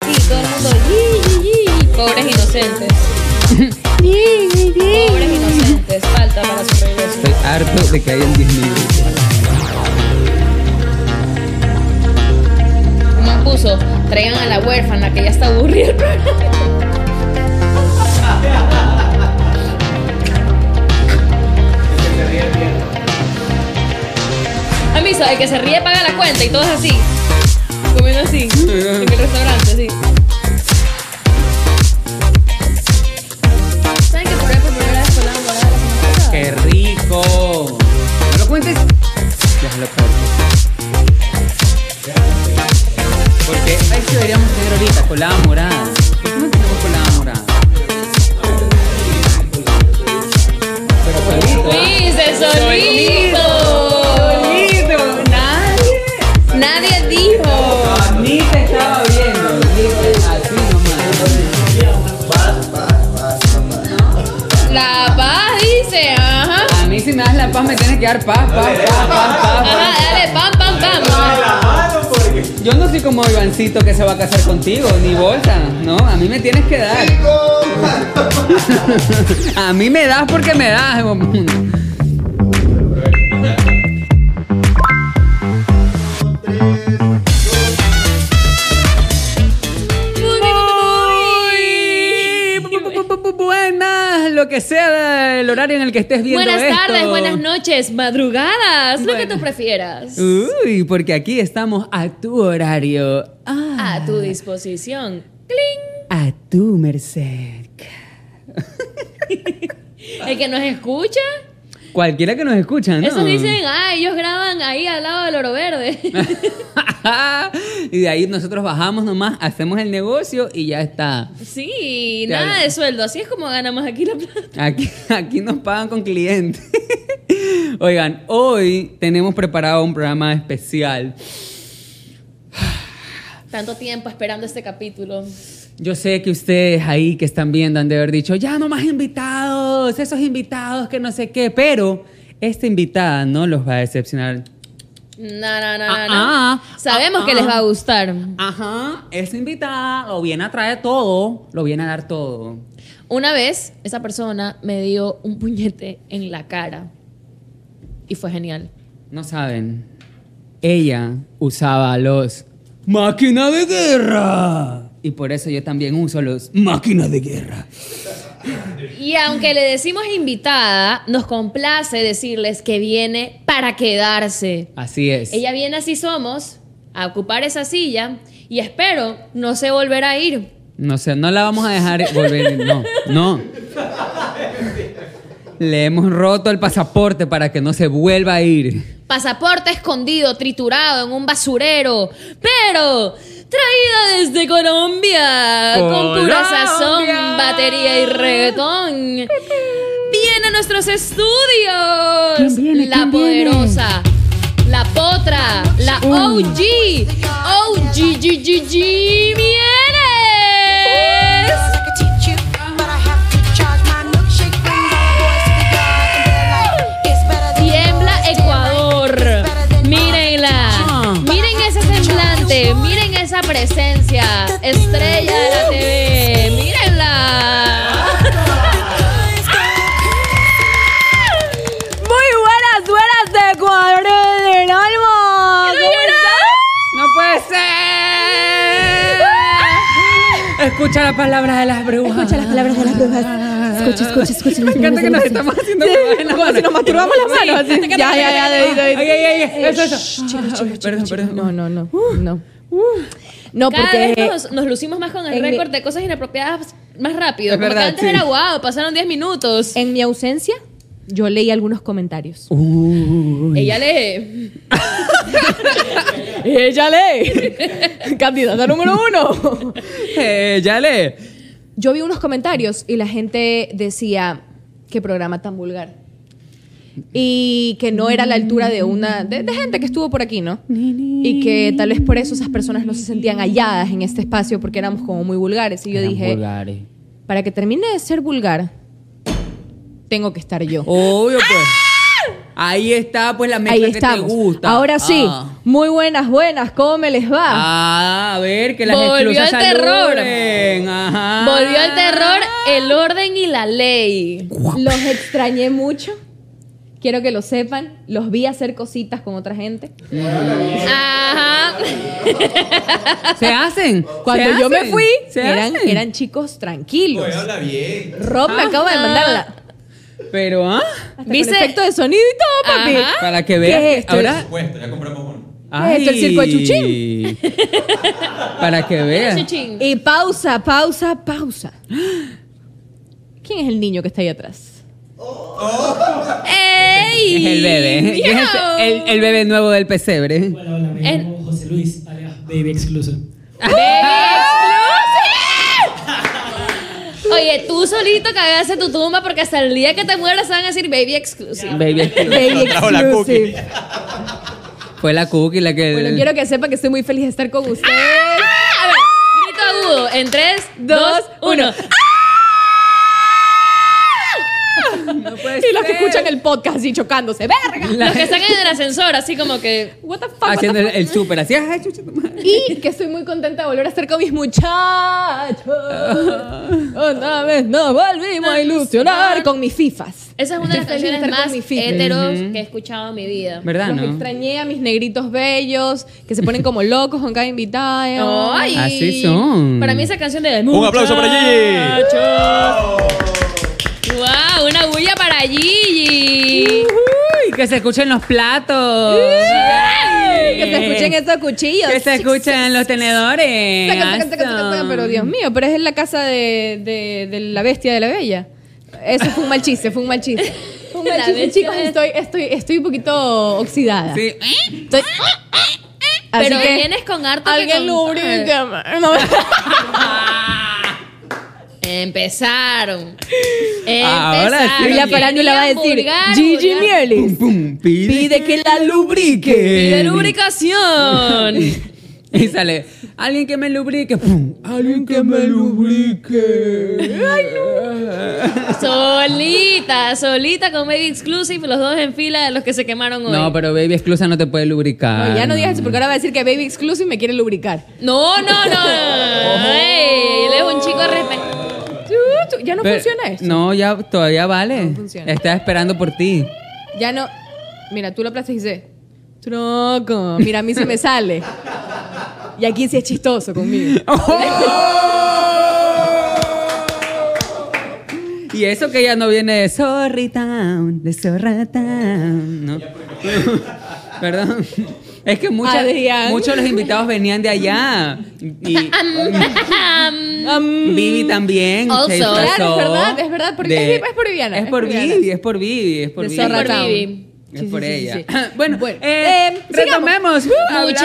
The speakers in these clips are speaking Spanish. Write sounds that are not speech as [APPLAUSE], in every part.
todo el mundo, "Yi, yi, yi". pobres inocentes. Pobres inocentes, falta para su regreso. Estoy harto de que hayan 10.000 grupos. Nos puso, traigan a la huérfana que ya está aburrida. el programa". A mí, ¿sabes? El que se ríe paga la cuenta y todo es así. Comiendo así. En el restaurante, así. ¿Saben que probé por primera vez colada morada la semana pasada? ¡Qué rico! ¿No lo cuentes? Déjalo corto. Porque ahí sí deberíamos tener ahorita colada morada. ¿Por qué no tenemos colada morada? Pero solito. ¿ah? Luis, el solito. Solito, nadie. Nadie dijo. Ni te estaba viendo, así nomás. La paz dice, ajá. A mí si me das la paz me tienes que dar paz, paz, paz, paz, paz, Ajá, paz. dale, pam, pam, pam. Yo no soy como Ivancito que se va a casar contigo, ni Volta, no, a mí me tienes que dar. A mí me das porque me das. Buenas, lo que sea el horario en el que estés viendo Buenas esto. tardes, buenas noches, madrugadas, lo que Bueno. Uh. tú prefieras. Uy, porque aquí estamos a tu horario. Ah, A tu disposición. ¡Cling! a tu merced. El que nos escucha, Cualquiera que nos escucha, ¿no? esos dicen, ah, ellos graban ahí al lado del oro verde. [LAUGHS] y de ahí nosotros bajamos nomás, hacemos el negocio y ya está. sí, Ya, nada ya. de sueldo, así es como ganamos aquí la plata. Aquí, aquí nos pagan con clientes. [LAUGHS] Oigan, hoy tenemos preparado un programa especial. Tanto tiempo esperando este capítulo. Yo sé que ustedes ahí que están viendo han de haber dicho, ya no más invitados, esos invitados que no sé qué, pero esta invitada no los va a decepcionar. No, no, no, Ah, no, no. ah, ah, Sabemos ah, que les va a ah. gustar. Ajá, esa invitada lo viene a traer todo, lo viene a dar todo. Una vez, esa persona me dio un puñete en la cara. Y fue genial. No saben, ella usaba los máquina de guerra. Y por eso yo también uso los máquina de guerra. Y aunque le decimos invitada, nos complace decirles que viene para quedarse. Así es. Ella viene así somos a ocupar esa silla y espero no se volverá a ir. No sé, no la vamos a dejar volver. No, no. Le hemos roto el pasaporte para que no se vuelva a ir. Pasaporte escondido, triturado en un basurero, pero traída desde Colombia, con pura Colombia. sazón, batería y reggaetón. Viene a nuestros estudios. ¿Quién viene? La ¿Quién viene? poderosa. La potra, la Uh. OG, OG, G, G, G, viene. Oh. Tiembla Ecuador. Ah. Mírenla. Miren ese semblante. Miren esa presencia. Estrella de la TV. Mírenla. Muy buenas, buenas de Ecuador del Ah, Olmo. ¿Cómo estás? ¡No puede ser! Escucha las palabras de las brujas. Escucha las palabras de las brujas. Escucha, escucha, escucha. Me encanta que nos estamos haciendo pruebas en las [LAUGHS] Como si manos. nos masturbamos las Sí. manos. así. Ya, ya, ya, David, Ay, David. ay, ay, eso, eso. Ah, Shh, chicos, chicos, chicos, Perdón, chicos. perdón. No, no, no. No. No, Cada porque. vez nos, nos lucimos más con el en mi- récord de cosas inapropiadas más rápido. Es Como que verdad, antes sí. Eh. era wow, pasaron 10 minutos. En mi ausencia, yo leí algunos comentarios. Uy. Ella le. [LAUGHS] ¡Ella lee! [LAUGHS] Candidata número uno. Eh, ya le. Yo vi unos comentarios y la gente decía qué programa tan vulgar. Y que no era a la altura de una. de, de gente que estuvo por aquí, ¿no? Y que tal vez por eso esas personas no se sentían halladas en este espacio porque éramos como muy vulgares. Y yo Eran dije, vulgares. para Oh, que termine de ser vulgar, tengo que estar yo. Obvio, pues. Ahí está, pues la mezcla ¡Ah! Ahí que te estamos. gusta. Ahora sí, Ah. muy buenas, buenas, ¿cómo me les va? Ah, a ver, que las Volvió esclusas el terror. saluden. Ajá. Volvió al terror el orden y la ley. Los extrañé mucho. Quiero que lo sepan. Los vi hacer cositas con otra gente. Eh. Ajá. ¿Se hacen? Cuando ¿Se yo me hacen? fui, ¿Se eran, hacen? eran chicos tranquilos. Pues habla bien. Rob me acaba de mandarla. Pero, ¿ah? ¿Viste? ¿Viste? efecto de sonido y todo, papi. Ajá. Para que vean. ¿Qué es esto? Ahora. Puesto, ya compramos uno. ¿Qué es esto, el circo de Chuchín? Para que vean. Chuchín. Y pausa, pausa, pausa. ¿Quién es el niño que está ahí atrás? ¡Ey! Es el bebé. Yo. Es el, el- el bebé nuevo del pesebre. Hola, hola, me En- llamo José Luis, alias Baby Exclusive. Oye, tú solito cagaste tu tumba porque hasta el día que te mueras van a decir baby exclusive. Baby exclusive. Baby trajo la exclusive. Fue la cookie la que. Bueno, quiero que sepan que estoy muy feliz de estar Ah. con ustedes. A ver, grito agudo. En 3, 2, 1. No puede Y los que ser. escuchan el podcast y chocándose, verga. Los que están en el ascensor, así como que. What the fuck, what Haciendo the el, fuck. el súper, así. Ay, chucha, tu madre. Y que estoy muy contenta de volver a estar con mis muchachos. Una vez nos volvimos a ilusionar con mis fifas. Esa es una de las Estoy feliz de canciones estar con más mi fifi. heteros que he escuchado en mi vida. ¿Verdad, Los no? extrañé a mis negritos bellos que se ponen como locos con cada invitado. Ay. Así son. Para mí esa canción de Un aplauso para Gigi. ¡Wow! Una bulla para Gigi. Uy, que se escuchen los platos. Que se escuchen estos cuchillos. Que se escuchen los tenedores. Saca, saca, saca, saca, saca, Pero Dios mío, pero es en la casa de, de- de la bestia de la bella. Eso fue un mal chiste, fue un mal chiste. Fue un [LAUGHS] mal La chiste, bestia chicos. de- Estoy, estoy, estoy un poquito oxidada. Sí. Estoy- Así Ah, Pero que- vienes con Ah. harto Alguien que contar. lubricame. Empezaron. Ahora sí. Empezaron. y la parándula va a decir: Vulgar, Gigi vulgar. Mielis. Pum, pide, Pide que la lubrique. De lubricación. Y sale, alguien que me lubrique. Pum, alguien que me lubrique. solita, solita con Baby Exclusive, los dos en fila de los que se quemaron hoy. No, pero Baby Exclusa no te puede lubricar. No, ya no digas Ah, eso porque ahora va a decir que Baby Exclusive me quiere lubricar. No, no, no. Oh. Ey, él es un chico respetado. Tú, tú, Ya no Pero- funciona eso. No, ya todavía vale. No funciona. Está esperando por ti. Ya no. Mira, tú lo aplastas y dices, troco, mira, a mí se me sale. Y aquí sí es chistoso conmigo. Y eso que ya no viene de Sorry Town, de Zorra Town, ¿no? [LAUGHS] Perdón. Es que muchas- Adrián. muchos de los invitados venían de allá. Y Vivi también. Also. se disfrazó Mm. Claro, es verdad, es verdad, porque es- es boliviana, Es, es por boliviana. Vivi, es por Vivi, es por De Vivi. Zorra Es por Town. Vivi. Es Sí, sí, por sí, sí, ella. sí. [CLEARS THROAT] Bueno, Bueno, [LAUGHS] eh, eh, retomemos. Hablando-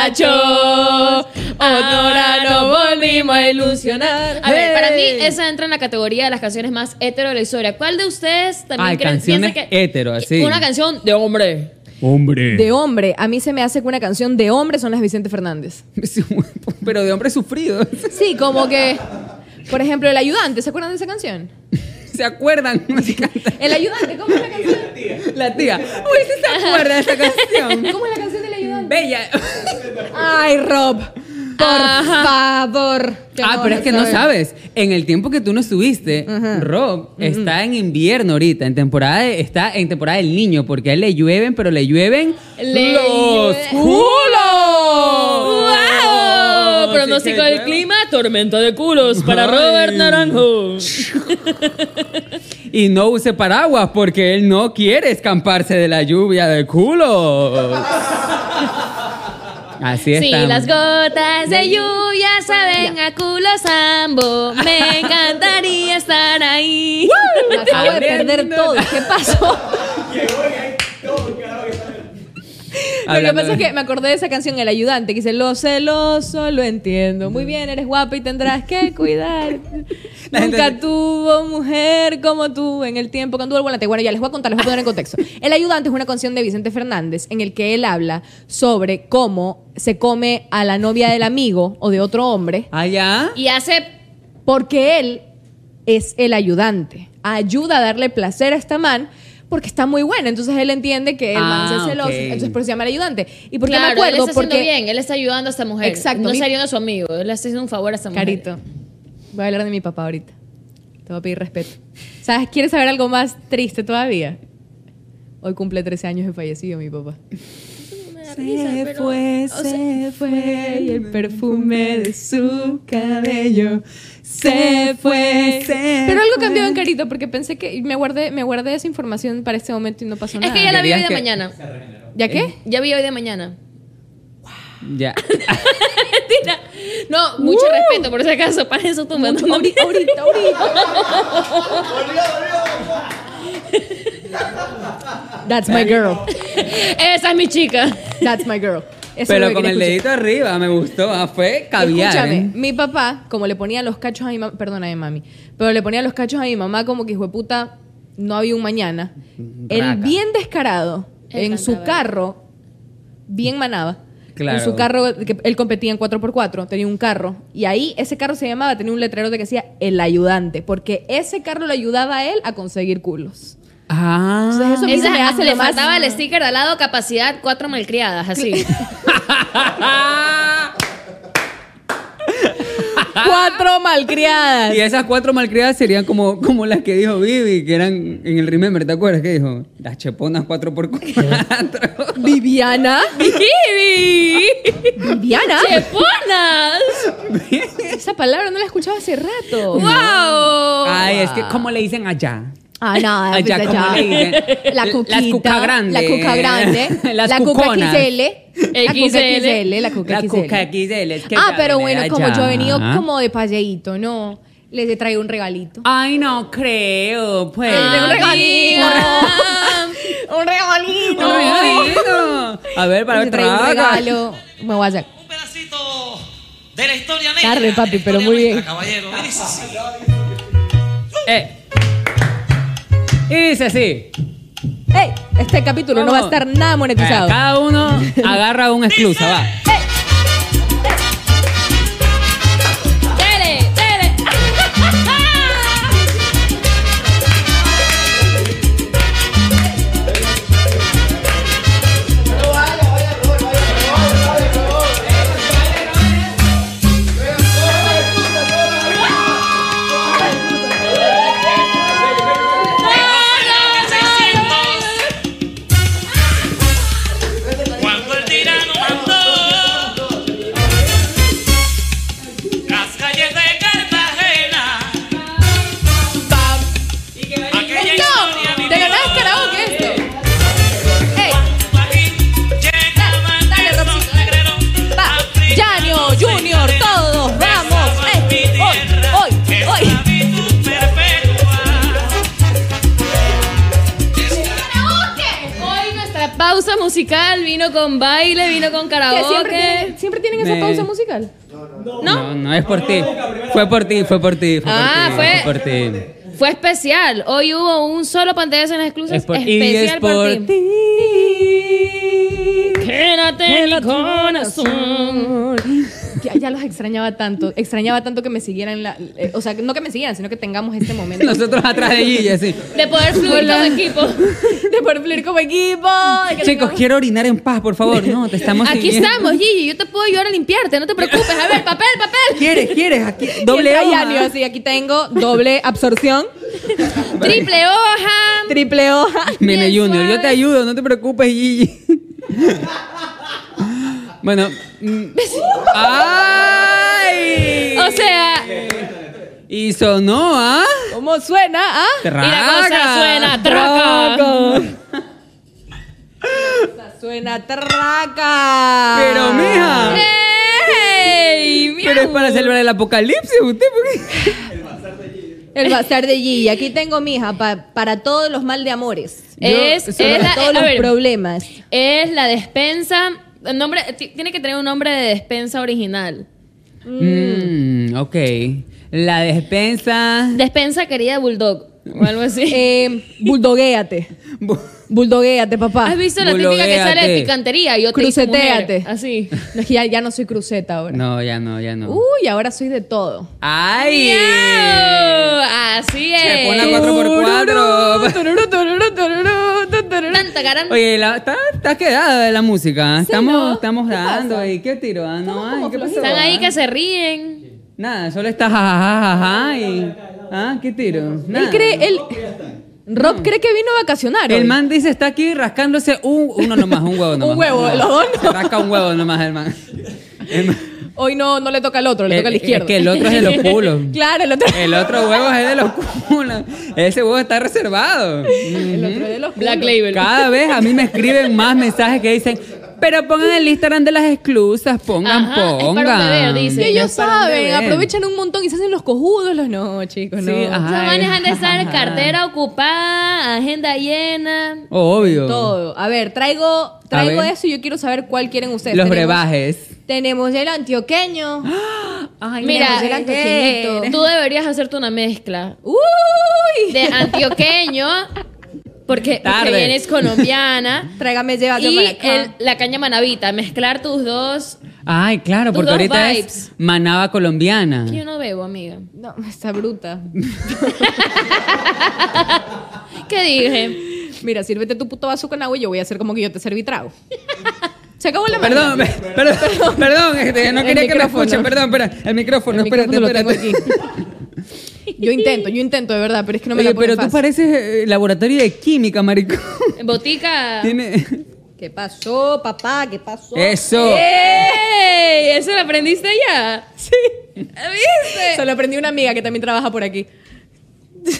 Muchachos, ahora nos volvimos a ilusionar. A ver, para mí Hey. esa entra en la categoría de las canciones más hetero de la historia. ¿Cuál de ustedes también Ay, creen canciones piensa que hetero, así. Una canción de hombre. Hombre. De hombre, a mí se me hace que una canción de hombre son las Vicente Fernández. [LAUGHS] Pero de hombre sufrido. Sí, como que, por ejemplo, El Ayudante, ¿se acuerdan de esa canción? [LAUGHS] ¿Se acuerdan? [LAUGHS] Me encanta. El Ayudante, ¿cómo es la canción? La tía. Uy, ¿sí se acuerda de [LAUGHS] esta canción. ¿Cómo es la canción del Ayudante? Bella. Ay, Rob, por favor. Ah, pero es que no sabes. En el tiempo que tú no estuviste, Rob está en invierno ahorita, en temporada, de- está en temporada del niño, porque a él le llueven, pero le llueven Le los llueve- culos. ¡Wow! Así Pronóstico que del llueve. clima, tormenta de culos para Ay. Robert Naranjo. [LAUGHS] Y no use paraguas porque él no quiere escamparse de la lluvia de culos. [LAUGHS] Así es. Si las gotas de lluvia saben a culo sambo, [LAUGHS] me encantaría estar ahí. Me acabo de perder todo. ¿Qué pasó? Lo que pasa es que me acordé de esa canción El Ayudante, que dice, lo celoso, lo entiendo. Muy bien, eres guapa y tendrás [LAUGHS] que cuidar. Mm. La gente Nunca se- tuvo mujer como tú en el tiempo cuando tuvo el volante. Bueno, ya les voy a contar, les voy a poner [LAUGHS] en contexto. El Ayudante es una canción de Vicente Fernández en el que él habla sobre cómo se come a la novia del amigo o de otro hombre Allá. Y hace porque él es el ayudante. Ayuda a darle placer a esta man porque está muy buena. Entonces él entiende que el man Ah, se celoso, ok. entonces por eso se llama el ayudante. Y porque claro, me acuerdo él está haciendo porque bien, él está ayudando a esta mujer. Exacto, No mi- está ayudando a su amigo, él le está haciendo un favor a esta mujer. Carito, voy a hablar de mi papá ahorita. Te voy a pedir respeto. ¿Sabes? ¿Quieres saber algo más triste todavía? Hoy cumple 13 años de fallecido mi papá. Se fue, se fue y el perfume de su cabello. Se fue, se Pero algo cambió en Carito porque pensé que y me guardé, me guardé esa información para este momento y no pasó Es nada. que ya la vi hoy de Querías que- Eh, mañana. ¿Ya qué? Ya vi hoy de mañana. Ya. Mentira. No, mucho respeto por si acaso, para eso tú Mucho- Uh. [LAUGHS] ahorita, ahorita, ahorita. That's my girl. [LAUGHS] Esa es mi chica. That's my girl. Eso es Pero lo que con quería el escuchar. dedito arriba me gustó. Ah, fue caviar. Escúchame, ¿eh? mi papá, como le ponía los cachos a mi mamá, perdona mi mami, pero le ponía los cachos a mi mamá como que hijo de puta, no había un mañana. Mm, Raca. El bien descarado, Él en su cantaba. carro, bien manaba. Claro. En su carro, que él competía en 4x4, tenía un carro. Y ahí ese carro se llamaba, tenía un letrero de que decía el ayudante, porque ese carro le ayudaba a él a conseguir culos. Ah. [LAUGHS] Entonces eso a mí se Esa me hace le lo más- faltaba el sticker de al lado, capacidad cuatro malcriadas, así. [LAUGHS] Cuatro [LAUGHS] malcriadas. Y esas cuatro malcriadas serían como, como las que dijo Vivi, que eran en el Remember, ¿te acuerdas que dijo? Las cheponas [LAUGHS] 4x4. Viviana. [LAUGHS] ¡Vivi! Viviana. ¡Cheponas! Esa palabra no la escuchaba hace rato. Oh. ¡Wow! Ay, es que, ¿cómo le dicen allá? Ah, no, Allá, pues, ¿cómo le dicen? [LAUGHS] La Las cuquita. cuca grande. La cuca grande. Las la cuca cuconas. XL. La cuca XL. XL. La cuca La XL. cuca XL, es que ah, ya pero viene bueno, de como yo he venido allá. como de paseíto, no. Les he traído un regalito. Ay, no creo, pues. Ah, Amiga. [LAUGHS] ¡Un regalito! Un regalito. A ver, para Les ver, he traído [LAUGHS] un traga. regalo. Me voy a hacer. Un pedacito de la historia negra. Tarde, de la papi, pero historia muy bien. nuestra, caballero. Mira, es así. Eh. Y dice así. ¡Ey! Este capítulo no va a Vamos. estar nada monetizado. Eh, Cada uno agarra un [LAUGHS] exclusa, va. ¡Tele! ¡Tele! Cuando el tirano mandó las calles de Cartagena. Aquella historia ¡No! ¡De verdad es karaoke esto! ¡Ey! Llegaban Dale, esos Roxy. negreros Va, Yanio, africanos Junior, señores. todos, vamos. Besaban Eh, mi hoy, tierra, hoy, hoy. esclavitud perpetua. Hoy nuestra pausa musical vino con baile, vino con ¿Qué, karaoke. ¿Siempre, tienen, siempre tienen esa Me- pausa musical? No, no es por ti. Fue por ti, fue por ti. Fue Ah, por fue- ti, por ti. Fue especial. Hoy hubo un solo pantallazo en las exclusas Es por- y especial es por ti. Quédate en mi corazón. Ya, ya los extrañaba tanto. Extrañaba tanto que me siguieran. La, eh, o sea, no que me siguieran, sino que tengamos este momento. [LAUGHS] Nosotros atrás de Gigi, [LAUGHS] así. De poder fluir como equipo. de poder fluir como equipo. de que Chicos, tengamos- quiero orinar en paz, por favor. No, te estamos Aquí siguiendo. estamos, Gigi. Yo te puedo ayudar a limpiarte, no te preocupes. A ver, papel, [LAUGHS] papel. ¿Quieres, quieres? Aquí, Y doble ¿ah? entra hoja. Yanio, así, aquí tengo doble absorción, Triple hoja. triple hoja. [LAUGHS] Mene Bien Junior, yo suave. te ayudo, no te preocupes, Gigi. [LAUGHS] bueno. mm, ¡Ay! O sea, Y sonó, ¿ah? ¿Cómo suena, ah? y la cosa Traca. suena traca. Suena traca. Pero, mija. ¡Ey! miau. Ah. Pero es para celebrar el apocalipsis, usted. porque- El bazar de Gigi. Aquí tengo, mija, pa- para todos los mal de amores. Es, Sobre es la- todos a los ver, problemas. es la despensa. el nombre, ti- tiene que tener un nombre de despensa original. Mm, ok. La despensa. Despensa querida Bulldog. O algo [LAUGHS] así. Eh, buldoguéate. Buldoguéate, papá. ¿Has visto la típica que Buloguéate. sale de picantería? Yo te hice Cruceteate. mujer? Así. No, es que ya, ya no soy cruceta ahora. No, ya no, ya no. Uh. Uy, ahora soy de todo. ¡Ay! ¡Miau! Así Se es. pone a cuatro por cuatro. [LAUGHS] Tururú, tururú, tururú, tururú. sacaran. Oye, la- está, está quedada la música. ¿ah? Estamos, ¿no? estamos ¿Qué dando pasa? ahí. ¿Qué tiro? Ah, no Estamos hay. como ¿Qué pasó? flojitos. Están ahí ah? que se ríen. Nada, solo está jajajaja y... Ah, ¿qué tiro? Él Nada. cree, él, Rob cree que vino a vacacionar. El hoy. man dice, está aquí rascándose un, uno nomás, un huevo nomás. huevo, los dos no. Se rasca un huevo nomás el man. El man- Hoy no, no le toca al otro, le el- toca al izquierdo. Es Eh, que el otro es de los culos. [LAUGHS] Claro, el otro. El otro huevo es de los culos. Ese huevo está reservado. [LAUGHS] El otro es de los Black culos. Label. Cada vez a mí me escriben más mensajes que dicen, pero pongan el Instagram de las exclusas, pongan, Ajá, es para un pongan. beber, dice. Y ellos Es para un saben, beber. aprovechan un montón y se hacen los cojudos los no, chicos, no. Sí, ajá. Los manes han de estar [LAUGHS] ajá. cartera ocupada, agenda llena. Obvio. Todo. A ver, traigo, traigo ver. eso y yo quiero saber cuál quieren ustedes. Los Tenemos- brebajes. ¡Ah! Tenemos [GASPS] el antioqueño. Mira, eh, eran cochinitos. tú deberías hacerte una mezcla ¡Uy! de antioqueño, porque, porque Tarde. vienes colombiana. [LAUGHS] [LAUGHS] Tráigame, llévate Y para acá. el- la caña manavita, mezclar tus dos. Ay, claro, Tus porque dos ahorita es vibes. manaba colombiana. Yo no bebo, amiga. No, está bruta. ¿Qué dije? Mira, sírvete tu puto vaso con agua y yo voy a hacer como que yo te serví [LAUGHS] trago. Se acabó la mano. Perdón, pe- perdón, perdón, este, no El quería que me micrófono. escuchen, perdón, espera, el micrófono, El espérate, micrófono lo espérate. tengo aquí. Yo intento, yo intento de verdad, pero es que no me Oye, la ponen pero tú fácil. pareces eh, laboratorio de química, maricón. Botica. Tiene... ¿Qué pasó, papá? ¿Qué pasó? Eso. ¡Ey! ¿Eso lo aprendiste ya? Sí. ¿Viste? Se lo aprendí a una amiga que también trabaja por aquí. [LAUGHS]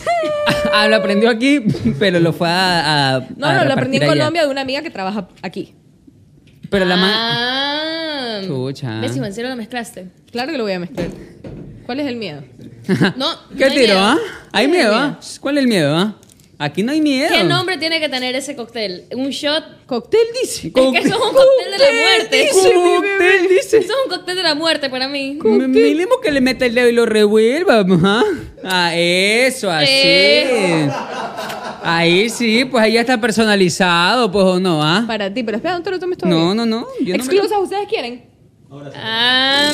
Ah, lo aprendió aquí, pero lo fue a... a- No, a no, lo Ah, repartir aprendí en allá. Colombia de una amiga que trabaja aquí. Pero la ma- Ah. Chucha. ¿Ves, hijo, en serio lo mezclaste? Claro que lo voy a mezclar. ¿Cuál es el miedo? No, no ¿Qué hay tiro, miedo. ah? ¿Hay No hay miedo, miedo. ah? ¿Cuál es el miedo, ah? Aquí no hay miedo. ¿Qué nombre tiene que tener ese cóctel? ¿Un shot? Cóctel dice. Es que eso es un cóctel de la [LAUGHS] muerte. Dice, Eso cóctel, dice. es un cóctel de la muerte para mí. M- Mínimo que le meta el dedo y lo revuelva, ajá. Ah, eso, así. Eh. Ahí sí, pues ahí ya está personalizado, pues o no, ¿ah? Para ti, pero espera, no te lo tomes todo. No, no, no. yo no me- Exclusas, ¿ustedes quieren? Ah.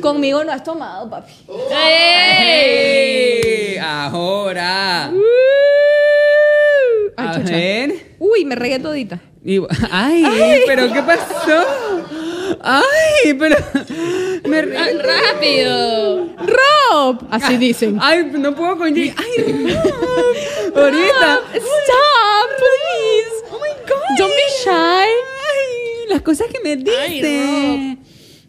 Conmigo no has tomado, papi. ¡Ey! ¡Ey! Ahora. Ay, Uh. A chucha. ver. Uy, me regué todita. Y- ay, pero ¿qué pasó? Ay, pero [LAUGHS] me re- Ah, ¡Rápido! ¡Rob! Así dicen. Ay, no puedo con Jay. Ay, [LAUGHS] Rob. Ahorita. Stop, please. Oh my god. Don't be shy. Ay, las cosas que me dice.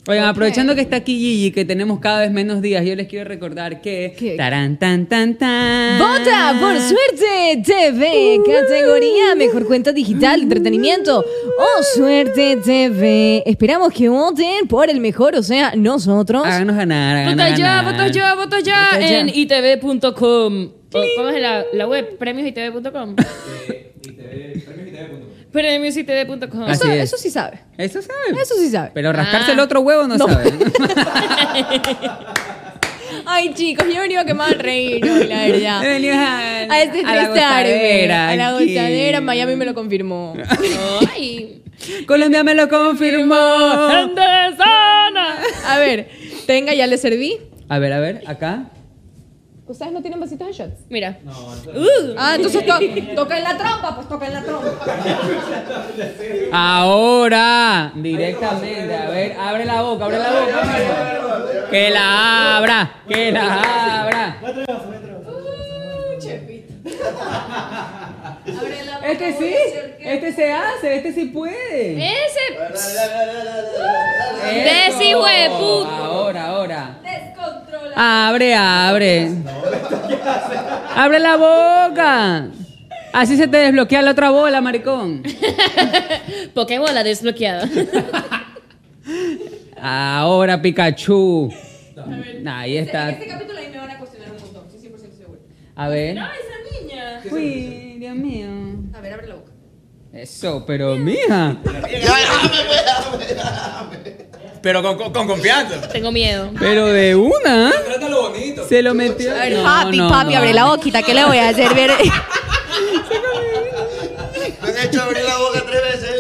Oigan, aprovechando que está aquí Gigi, que tenemos cada vez menos días, yo les quiero recordar que ¿Qué? tarán tan tan tan. Vota por Suerte TV, categoría Mejor Cuenta Digital de Entretenimiento o Suerte TV. Esperamos que voten por el mejor, o sea, nosotros. Háganos ganar, háganos Vota ya, ganar. vota ya, vota ya Vota ya. en itv.com. O, ¿Cómo es la, la web? Premiositv.com. Premiositv.com. Así Eso, es. eso sí sabe. Eso sabe. Eso sí sabe. Pero rascarse Ah. el otro huevo no, No. sabe. Ay, chicos, yo he venido a quemar reír hoy, la He [LAUGHS] verdad. venido a, A este a la gozadera, A la aquí. gozadera, Miami me lo confirmó. Ay. Colombia me lo confirmó. Gente de zona. A ver, tenga, ya le serví. A ver, a ver, acá. ¿Ustedes no tienen vasitos de shots? Mira. Ah, entonces to- toca en la trompa, pues toca en la trompa. Ahora, directamente. A ver, abre la boca, abre la boca. Que la abra, que la abra. Este sí, este se hace, este sí puede. Ese. Eso. Desi, hueputa. Ahora, ahora. Abre, abre. Abre la boca. Así se te desbloquea la otra bola, maricón. Pokébola desbloqueada. Ahora, Pikachu. Ahí está. Este, capítulo ahí me van a cuestionar un montón, estoy 100% segura. A ver. esa niña. Uy, Dios mío. A ver, abre la boca. Eso, pero mija. Pero con, con, con confianza. [LAUGHS] Tengo miedo. Pero de una. ¿eh? Trátalo bonito. Se lo metió. A ver, No, papi, no, papi, no. abre la boquita, ¿qué le voy a hacer? Ver- Me han hecho abrir la boca tres veces.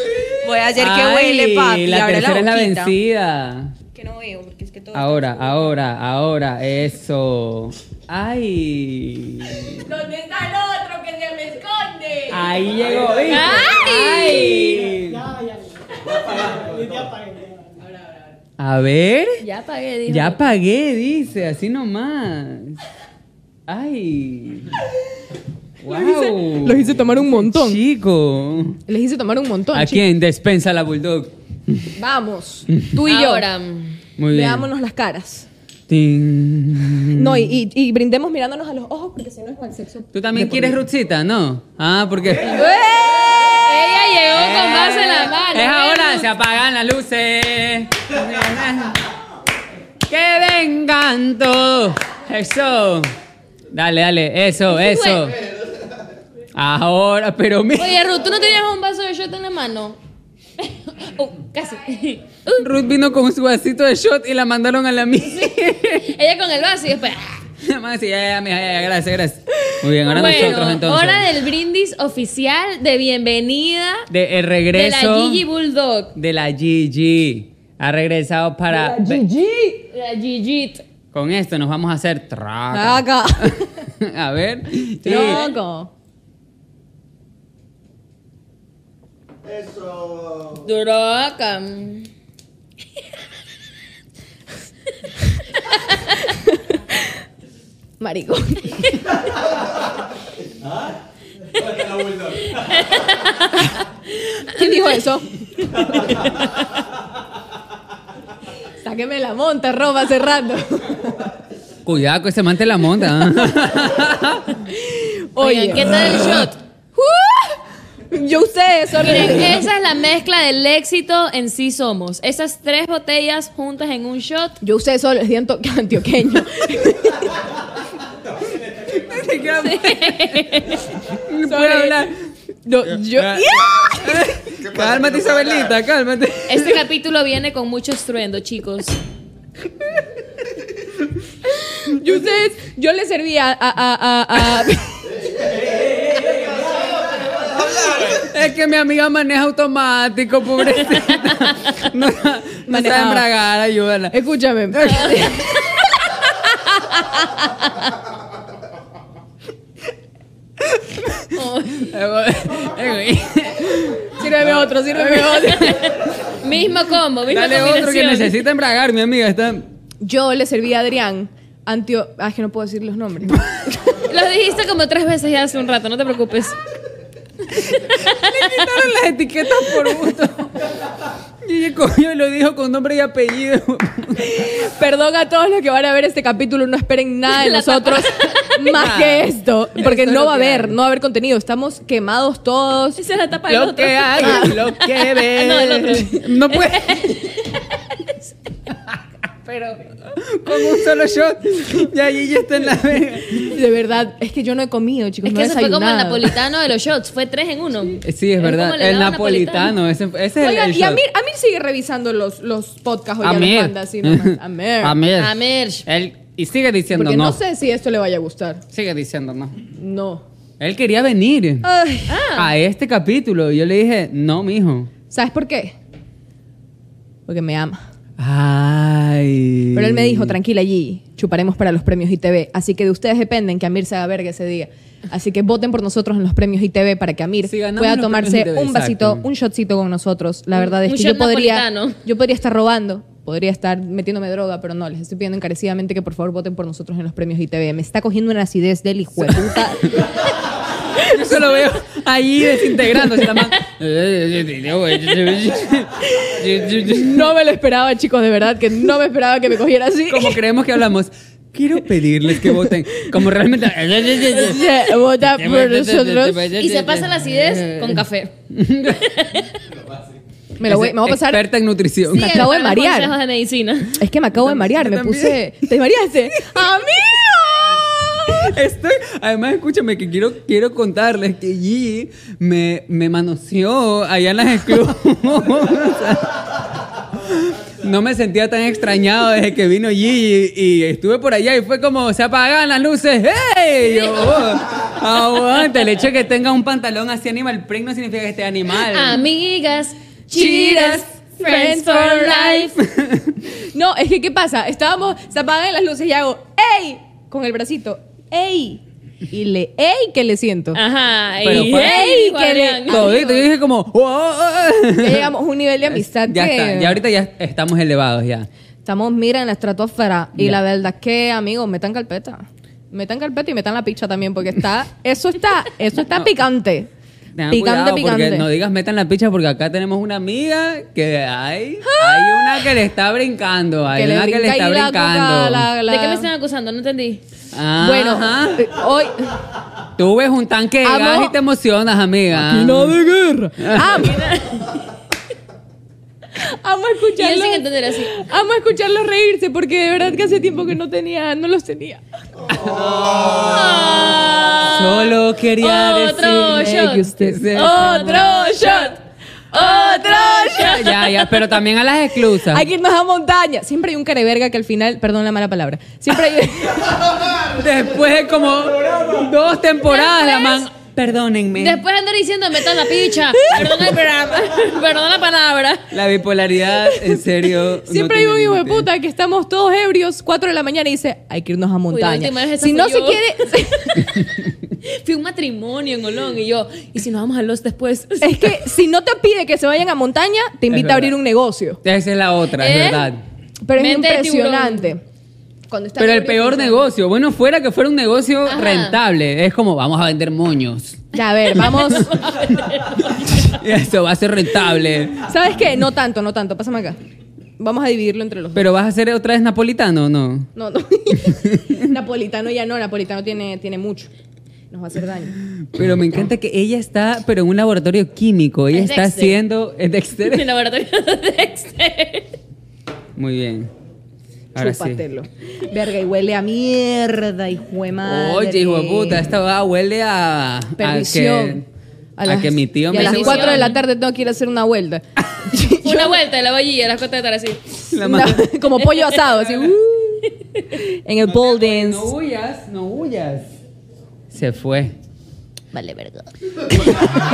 Voy a hacer que Ay, huele, papi, La abre la tercera boquita. es la vencida. Ah, Que no veo, porque es que todo... Ahora, ahora, ahora. Eso. Ay. ¿Dónde está el otro que se me esconde? Ahí llegó, ¿viste? ¡Ay! Ay. Ya, ya, ya. Ya pagué. A ver. Ya pagué, dijo. Ya pagué, dice, así nomás. Ay. Wow. Los hice- los hice tomar un montón. Chico. Les hice tomar un montón. ¿A chicos. quién? Despensa la Bulldog. Vamos, tú y yo. Ahora, Muy bien. Mm. Veámonos las caras. Ting. No, y, y- y brindemos mirándonos a los ojos porque si no es mal sexo. ¿Tú también quieres Rutsita? No. Ah, porque. ella llegó con base en la mano. Eh, Es ahora, se apagan las luces. ¡Que vengan todos! Eso. Dale, dale, eso, eso. Ahora, pero mira. Oye, Ruth, ¿tú no tenías un vaso de shot en la mano? [LAUGHS] Oh, casi. [LAUGHS] Uh, Ruth vino con su vasito de shot y la mandaron a la mía. ella con el vaso y después... ah. [LAUGHS] La mamá decía, ya, ya, mija, ya, ya, gracias, gracias. Muy bien, ahora Bueno, nosotros entonces. hora del brindis oficial de bienvenida De el de la regreso Gigi Bulldog. de la Gigi. Ha regresado para. La Gigit. Con esto nos vamos a hacer traca. Acá. [LAUGHS] a ver. Sí. Loco. Eso. Droga. Marico. ¿Quién dijo eso? Sáqueme la monta, ropa cerrando. Cuidado que se mante la monta. ¿ah? [LAUGHS] Oye, ¿qué tal el shot? [LAUGHS] ¡Uh! Yo usé eso. Miren, esa es la mezcla del éxito en sí somos. Esas tres botellas juntas en un shot. Yo usé eso, les di anto- [LAUGHS] antioqueño. Puedo hablar. Yo, yo- Ah. ¡Ya! Cálmate, Isabelita, cálmate. Este capítulo viene con mucho estruendo, chicos. yo, usé eso. yo le serví a, a- a- [LAUGHS] a- a- Es que mi amiga maneja automático, pobrecita. No, no está Manejaba. embragada, [LAUGHS] ayúdala. Escúchame. Eh, Sírveme otro, sírveme otro. Mismo combo, misma Dale otro que combinación. necesita embragar, mi amiga. Está... Yo le serví a Adrián antio... Ah, es que no puedo decir los nombres. Lo dijiste como tres veces ya hace un rato, no te preocupes. Quitaron las etiquetas por [LAUGHS] gusto. Y ella cogió y lo dijo con nombre y apellido. Perdón a todos los que van a ver este capítulo, no esperen nada [LAUGHS] de La nosotros más Nada. que esto, porque Esto es no lo va a que haber, hay. no va a haber contenido, estamos quemados todos. Esa es la tapa Ah. del Lo otro. que [LAUGHS] hay, lo que ves. No, el otro. No puede. [LAUGHS] Pero con un solo shot. Ya Gigi está en la vega. [LAUGHS] De verdad, es que yo no he comido, chicos, Es Pues no que he eso fue como el desayunado. [LAUGHS] napolitano de los shots, fue tres en uno. Sí, es verdad. como el El helado napolitano. Ese, ese es Oigan, el, el y shot. Amir, Amir sigue revisando los, los podcasts hoy a los manda, [LAUGHS] así nomás. Amir. Amir. Amir. Él, y sigue diciendo Porque no. no sé si esto le vaya a gustar. Sigue diciendo no. No. Él quería venir Ay, Ah, a este capítulo y yo le dije, no, mijo. ¿Sabes por qué? Porque me ama. Ay. Pero él me dijo, tranquila allí, chuparemos para los premios ITV. Así que de ustedes dependen que Amir se haga verga ese día. Así que voten por nosotros en los premios ITV para que Amir Si ganamos pueda los tomarse premios ITV, un vasito, exacto. un shotcito con nosotros. La verdad es un que shot yo podría, napolitano. yo podría estar robando, podría estar metiéndome droga, pero no, les estoy pidiendo encarecidamente que por favor voten por nosotros en los premios ITV. Me está cogiendo una acidez del hijo de puta. Yo solo veo ahí desintegrándose la mano. [LAUGHS] No me lo esperaba, chicos, de verdad, que no me esperaba que me cogiera así. [LAUGHS] Como creemos que hablamos. Quiero pedirles que voten. Como realmente. Sí, Vota por Ah, nosotros. Y se pasa la acidez con café. Me lo voy, me voy a pasar Experta en nutrición. Sí. acabo de para los marear. consejos de medicina. Es que me acabo de marear, me puse. ¿Te [LAUGHS] mareaste? ¡Amigo! Estoy, además, escúchame que quiero, quiero contarles que Gigi me, me manoseó allá en las esclusas. [LAUGHS] No me sentía tan extrañado desde que vino Gigi y estuve por allá y fue como, se apagan las luces. ¡Hey! Yo, oh, aguanta, el hecho de que tenga un pantalón así animal print no significa que esté animal. Ah, Amigas, chidas, friends for life. [LAUGHS] No, es que ¿qué pasa? Estábamos, se apagan las luces y hago ¡Ey! Con el bracito. ¡Ey! y le, ¡ey! que le siento. Ah. Ajá. Pero y, fue- ¡Ey, Igual, que le- vean. Todito, yo dije como, "Oh, oh, oh". Ya llegamos a un nivel de amistad Ya que está, ya ahorita ya estamos elevados ya. estamos, mira, en la estratosfera. Y Ya. la verdad es que, amigos, metan carpeta. Metan carpeta y metan la picha también, porque está, eso está, eso está picante. Tengan picante, cuidado porque picante. no digas metan la picha porque acá tenemos una amiga que hay, hay una que le está brincando, hay que le una que brinca le está ahí la brincando. coca, la- la- ¿De qué me están acusando? No entendí. Ah, Bueno, ajá. eh, [LAUGHS] hoy... tú ves un tanque de Amo- gas y te emocionas, amiga. Ah. de guerra. [LAUGHS] Amo. Ah. Amo Y él escucharlos. sin entender así. Amo escucharlos reírse porque de verdad que hace tiempo que no tenía, no los tenía. Ah, Solo quería Otro decirle shot. que usted se- Otro shot. Otro shot. Ya, ya, pero también a las exclusas. Hay que irnos a montaña. Siempre hay un careverga que al final, perdón la mala palabra. Siempre [LAUGHS] hay Después de como dos temporadas, la man. Perdónenme. Después andar diciendo, metan la picha. Perdón el programa. [LAUGHS] Perdón la palabra. La bipolaridad, en serio. no [LAUGHS] Siempre hay tiene un hijo de límite. puta que estamos todos ebrios, 4 de la mañana y dice, hay que irnos a montaña. última vez esa si fui no se yo. [LAUGHS] quiere, Fui a un matrimonio en Olón y yo, ¿y si nos vamos a los después? [LAUGHS] es que si no te pide que se vayan a montaña, te invita a abrir verdad. un negocio. Esa es la otra, ¿Eh? es verdad. Pero es Mente de impresionante. Cuando está Pero el ebrio, peor piensa, negocio, bueno, fuera que fuera un negocio Ajá. rentable, es como vamos a vender moños. [LAUGHS] Ya, a ver, vamos. Y Eso va a ser rentable. ¿Sabes qué? No tanto, no tanto. Pásame acá. Vamos a dividirlo entre los dos. Pero vas a hacer otra vez napolitano o no? No, [LAUGHS] no. napolitano ya no, napolitano tiene, tiene mucho. Nos va a hacer daño. Pero me encanta que ella está, pero en un laboratorio químico, ella Es está Dexter. haciendo En [LAUGHS] el el [LAUGHS] Dexter. laboratorio de Dexter. Muy bien. Ahora sí. Chúpatelo. Verga, y huele a mierda, hijo de madre. Oye, hijo de puta, esta va huele a. a que- Perdición. A, que mi tío y me a las hizo- [LAUGHS] 4 de la tarde tengo que ir a hacer una vuelta. Una vuelta de la vallilla, las cuatro de la tarde así. La ma- [LAUGHS] No, como pollo asado, así. uh, en el pole dance. No huyas, no huyas. Se fue. Vale, verga. [LAUGHS]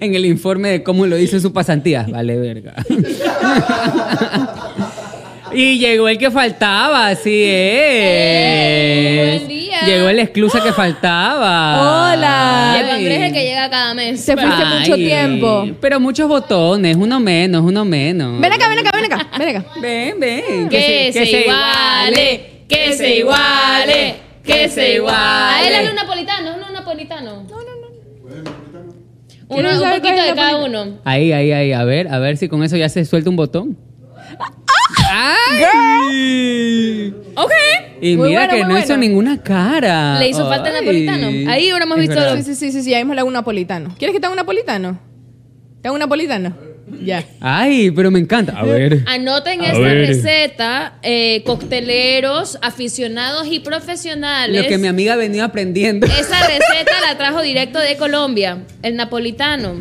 En el informe de cómo lo hizo su pasantía. Vale, [LAUGHS] verga. y llegó el que faltaba, así es. Eh, buen día. Llegó el exclusa que faltaba. Hola. Y Ay. el Andrés es el que llega cada mes. Se fuiste Ay, mucho tiempo. Pero muchos botones, uno menos, uno menos. Ven acá, ven acá, ven acá, ven acá. Ven, ven. Que se, iguale, que se iguale, que se iguale. él es un napolitano, no un napolitano. No, no, no. Uno, ¿Quién un sabe poquito cuál es de el cada napolitano? uno. Ahí, ahí, ahí. A ver, a ver si con eso ya se suelta un botón. Ah, ¡Ay! Ok. Y Muy mira bueno, que muy no hizo bueno. ninguna cara. Le hizo falta el napolitano. Ahí hubiéramos Es visto verdad. Sí, sí, sí, sí, sí, ahí me la hago un napolitano. ¿Quieres que te haga un napolitano? ¿Te hago un napolitano? Ya. Ay, pero me encanta. A ver. Anoten esta receta, eh, cocteleros, aficionados y profesionales. Lo que mi amiga venía aprendiendo. Esa receta la trajo directo de Colombia, el napolitano.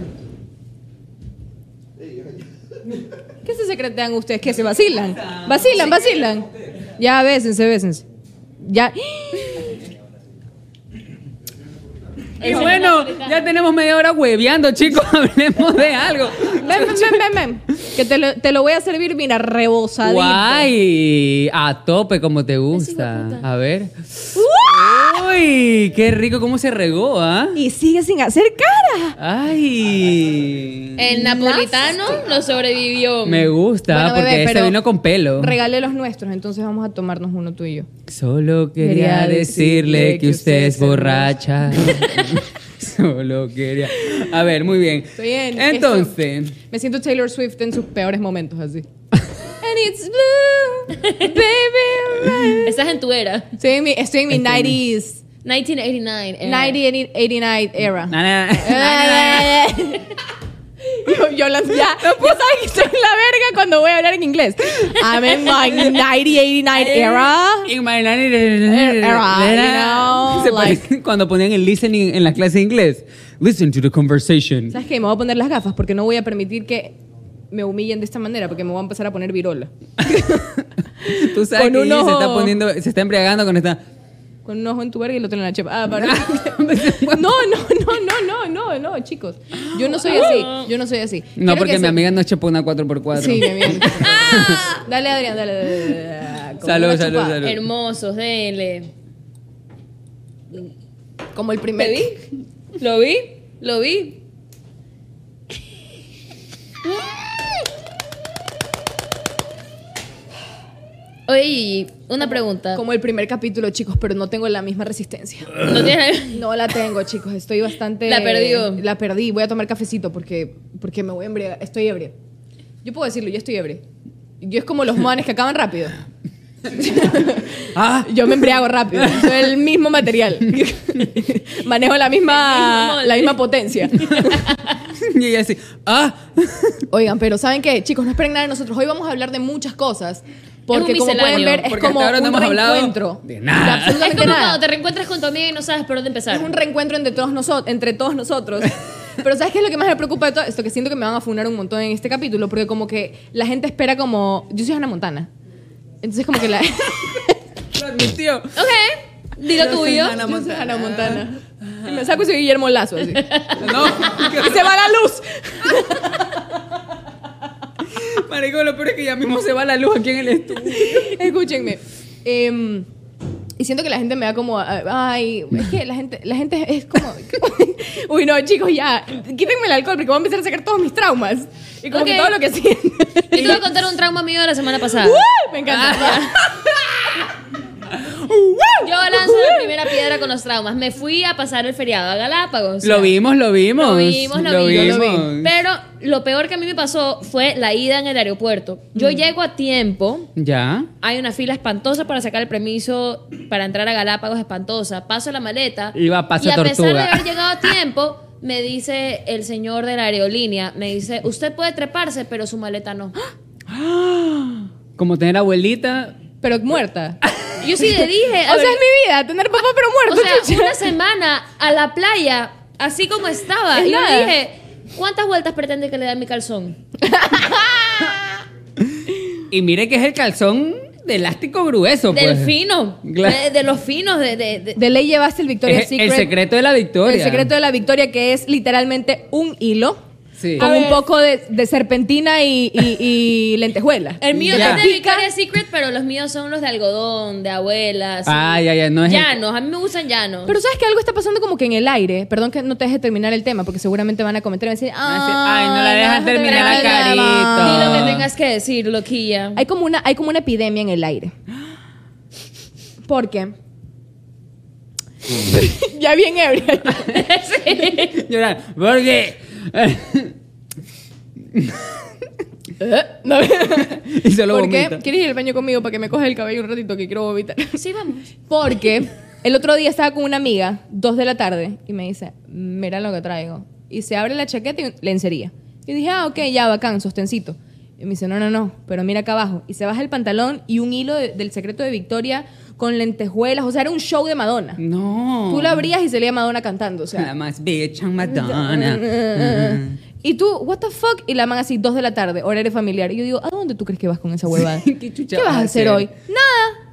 ¿Qué se secretean ustedes? ¿Qué se vacilan? Vacilan, vacilan. Ya, bésense, bésense. Ya. [LAUGHS] Y bueno, ya tenemos media hora hueveando, chicos. [LAUGHS] Hablemos de algo. Ven, ven, ven, ven, ven. Que te lo, te lo voy a servir, mira, rebosadito. Guay. A tope, como te gusta. A ver. Uy, qué rico cómo se regó, ¿ah? Y sigue sin hacer cara. Ay. Eh, El napolitano lo sobrevivió. Me gusta, Bueno, bebé, porque este pero vino con pelo. Regale los nuestros, entonces vamos a tomarnos uno tú y yo. Solo quería Quería decirle decirle que usted es que usted es borracha. [LAUGHS] Solo quería. A ver, muy bien. Estoy en. Entonces, esto. me siento Taylor Swift en sus peores momentos, así. And it's blue, baby. Esa es en tu era. Estoy en mi, estoy en mi 90s, 1989. Eh, era. 90 89 na, era. na, [LAUGHS] na, na, na. yo, [LAUGHS] yo las ya, ya saben que soy la verga cuando voy a hablar en inglés. I'm in my [LAUGHS] 90-89 era. Y my na, na, na, na, na, na. you know, Se parece [LAUGHS] Cuando ponían el listening en la clase de inglés. Listen to the conversation. ¿Sabes qué? Me voy a poner las gafas porque no voy a permitir que me humillen de esta manera porque me voy a empezar a poner virola. Tú sabes Con que un ella se ojo. está poniendo, se está embriagando con esta. Con un ojo en tu verga y el otro en la chepa. Ah, [LAUGHS] para. No, no, no, no, no, no, no, chicos. Yo no soy así. Yo no soy así. Quiero No, que porque mi se- amiga no chepó una 4x4. Sí, mi amiga. dale, Adrián, dale, dale, dale, dale. Con Salud, una salud, chupada. salud. Hermosos, dele. Como el primer. Me vi, lo vi, lo vi. Oye, Gigi, una pregunta. [LAUGHS] Como el primer capítulo, chicos, pero no tengo la misma resistencia. [LAUGHS] ¿No tienes- No la tengo, chicos. Estoy bastante. La perdió. La perdí. Voy a tomar cafecito porque, porque me voy a embriagar. Estoy ebria. Yo puedo decirlo, yo estoy ebria. Yo es como los manes que [LAUGHS] acaban rápido. Ah, Yo me embriago rápido. Soy el [LAUGHS] mismo material. Manejo la El mismo misma, molde. la misma potencia. [LAUGHS] y ella así, ah. [LAUGHS] Oigan, pero ¿saben qué? Chicos, no esperen nada de nosotros. Hoy vamos a hablar de muchas cosas. Porque un como pueden misceláneo. ver, es Porque como hasta ahora un no hemos hablado reencuentro. de nada. Es absolutamente como nada. cuando te reencuentras con tu amiga y no sabes por dónde empezar. Es un reencuentro entre todos, noso- entre [LAUGHS] todos nosotros. Pero ¿sabes qué es lo que más me preocupa de todo esto? Que siento que me van a funar un montón en este capítulo, porque como que la gente espera como... Yo soy Hannah Montana. Entonces como [LAUGHS] que la... Lo admitió. Ok, di lo Yo soy tuyo. Hannah yo soy Montana. Hannah Montana. Y me saco y soy Guillermo Lazo, así. Y [LAUGHS] No, se va la luz. [LAUGHS] marico, lo peor es que ya mismo se va la luz aquí en el estudio. Escúchenme. Em, y siento que la gente me da como, ah, ay, es que la gente, la gente es como, [LAUGHS] uy, no, chicos, ya, quítenme el alcohol porque voy a empezar a sacar todos mis traumas. Y como Ok. que todo lo que siento. Yo [LAUGHS] te voy a contar un trauma mío de la semana pasada. ¡Uh! Me encanta. Ah. Yo lanzo la primera piedra con los traumas. Me fui a pasar el feriado a Galápagos. Lo vimos, lo vimos. Lo vimos, lo, vimos. vimos. Pero lo peor que a mí me pasó fue la ida en el aeropuerto. Yo llego a tiempo. Ya. Hay una fila espantosa para sacar el permiso para entrar a Galápagos, espantosa. Paso la maleta. Iba a pasar Y a pesar de tortuga. haber llegado [LAUGHS] a tiempo, me dice el señor de la aerolínea, me dice, usted puede treparse, pero su maleta no. Como tener abuelita. Pero muerta. Yo sí le dije, [LAUGHS] o a sea, ver, es mi vida, tener papá pero O muerto. sea, chucha. [LAUGHS] una semana a la playa, así como estaba. Es y yo nada. dije, ¿cuántas vueltas pretende que le dé a mi calzón? Y mire que es el calzón de elástico grueso, pues. Del fino. Gla- De, de los finos. De, de- de- De ley llevaste el Victoria's Es Secret. el secreto de la victoria. El secreto de la victoria, que es literalmente un hilo. Sí. Con A un ver. poco de, de serpentina y, y- [LAUGHS] y lentejuela. El mío Ya. es de Victoria's Secret, pero los míos son los de algodón, de abuelas. Ah, ya, ya, no es el- Llanos, a mí me gustan llanos. Pero sabes que algo está pasando como que en el aire. Perdón que no te deje terminar el tema, porque seguramente van a comentar y van a decir, a decir, "Ah, "Ay, no la dejan terminar a el tema". Carito. Di lo que tengas que decir, loquilla. Hay como una, hay como una epidemia en el aire. Porque. [LAUGHS] ya bien ebria. [LAUGHS] [LAUGHS] Sí. Llorar. Porque. No. [LAUGHS] y se lo Porque. vomita. ¿Quieres ir al baño conmigo para que me coja el cabello un ratito que quiero vomitar? Sí, vamos. Porque el otro día estaba con una amiga, dos de la tarde, y me dice, mira lo que traigo. Y se abre la chaqueta y lencería. Y dije, ah, ok, ya, bacán, sostencito. Y me dice, no, no, no, pero mira acá abajo. Y se baja el pantalón y un hilo de- del secreto de Victoria con lentejuelas. O sea, era un show de Madonna. No. Tú la abrías y salía Madonna cantando, o sea. La más bitch and Madonna. [LAUGHS] Y tú, what the fuck? Y la man así, dos de la tarde, horario familiar. Y yo digo, ¿a dónde tú crees que vas con esa huevada? ¿qué chucha vas a hacer hoy? Nada.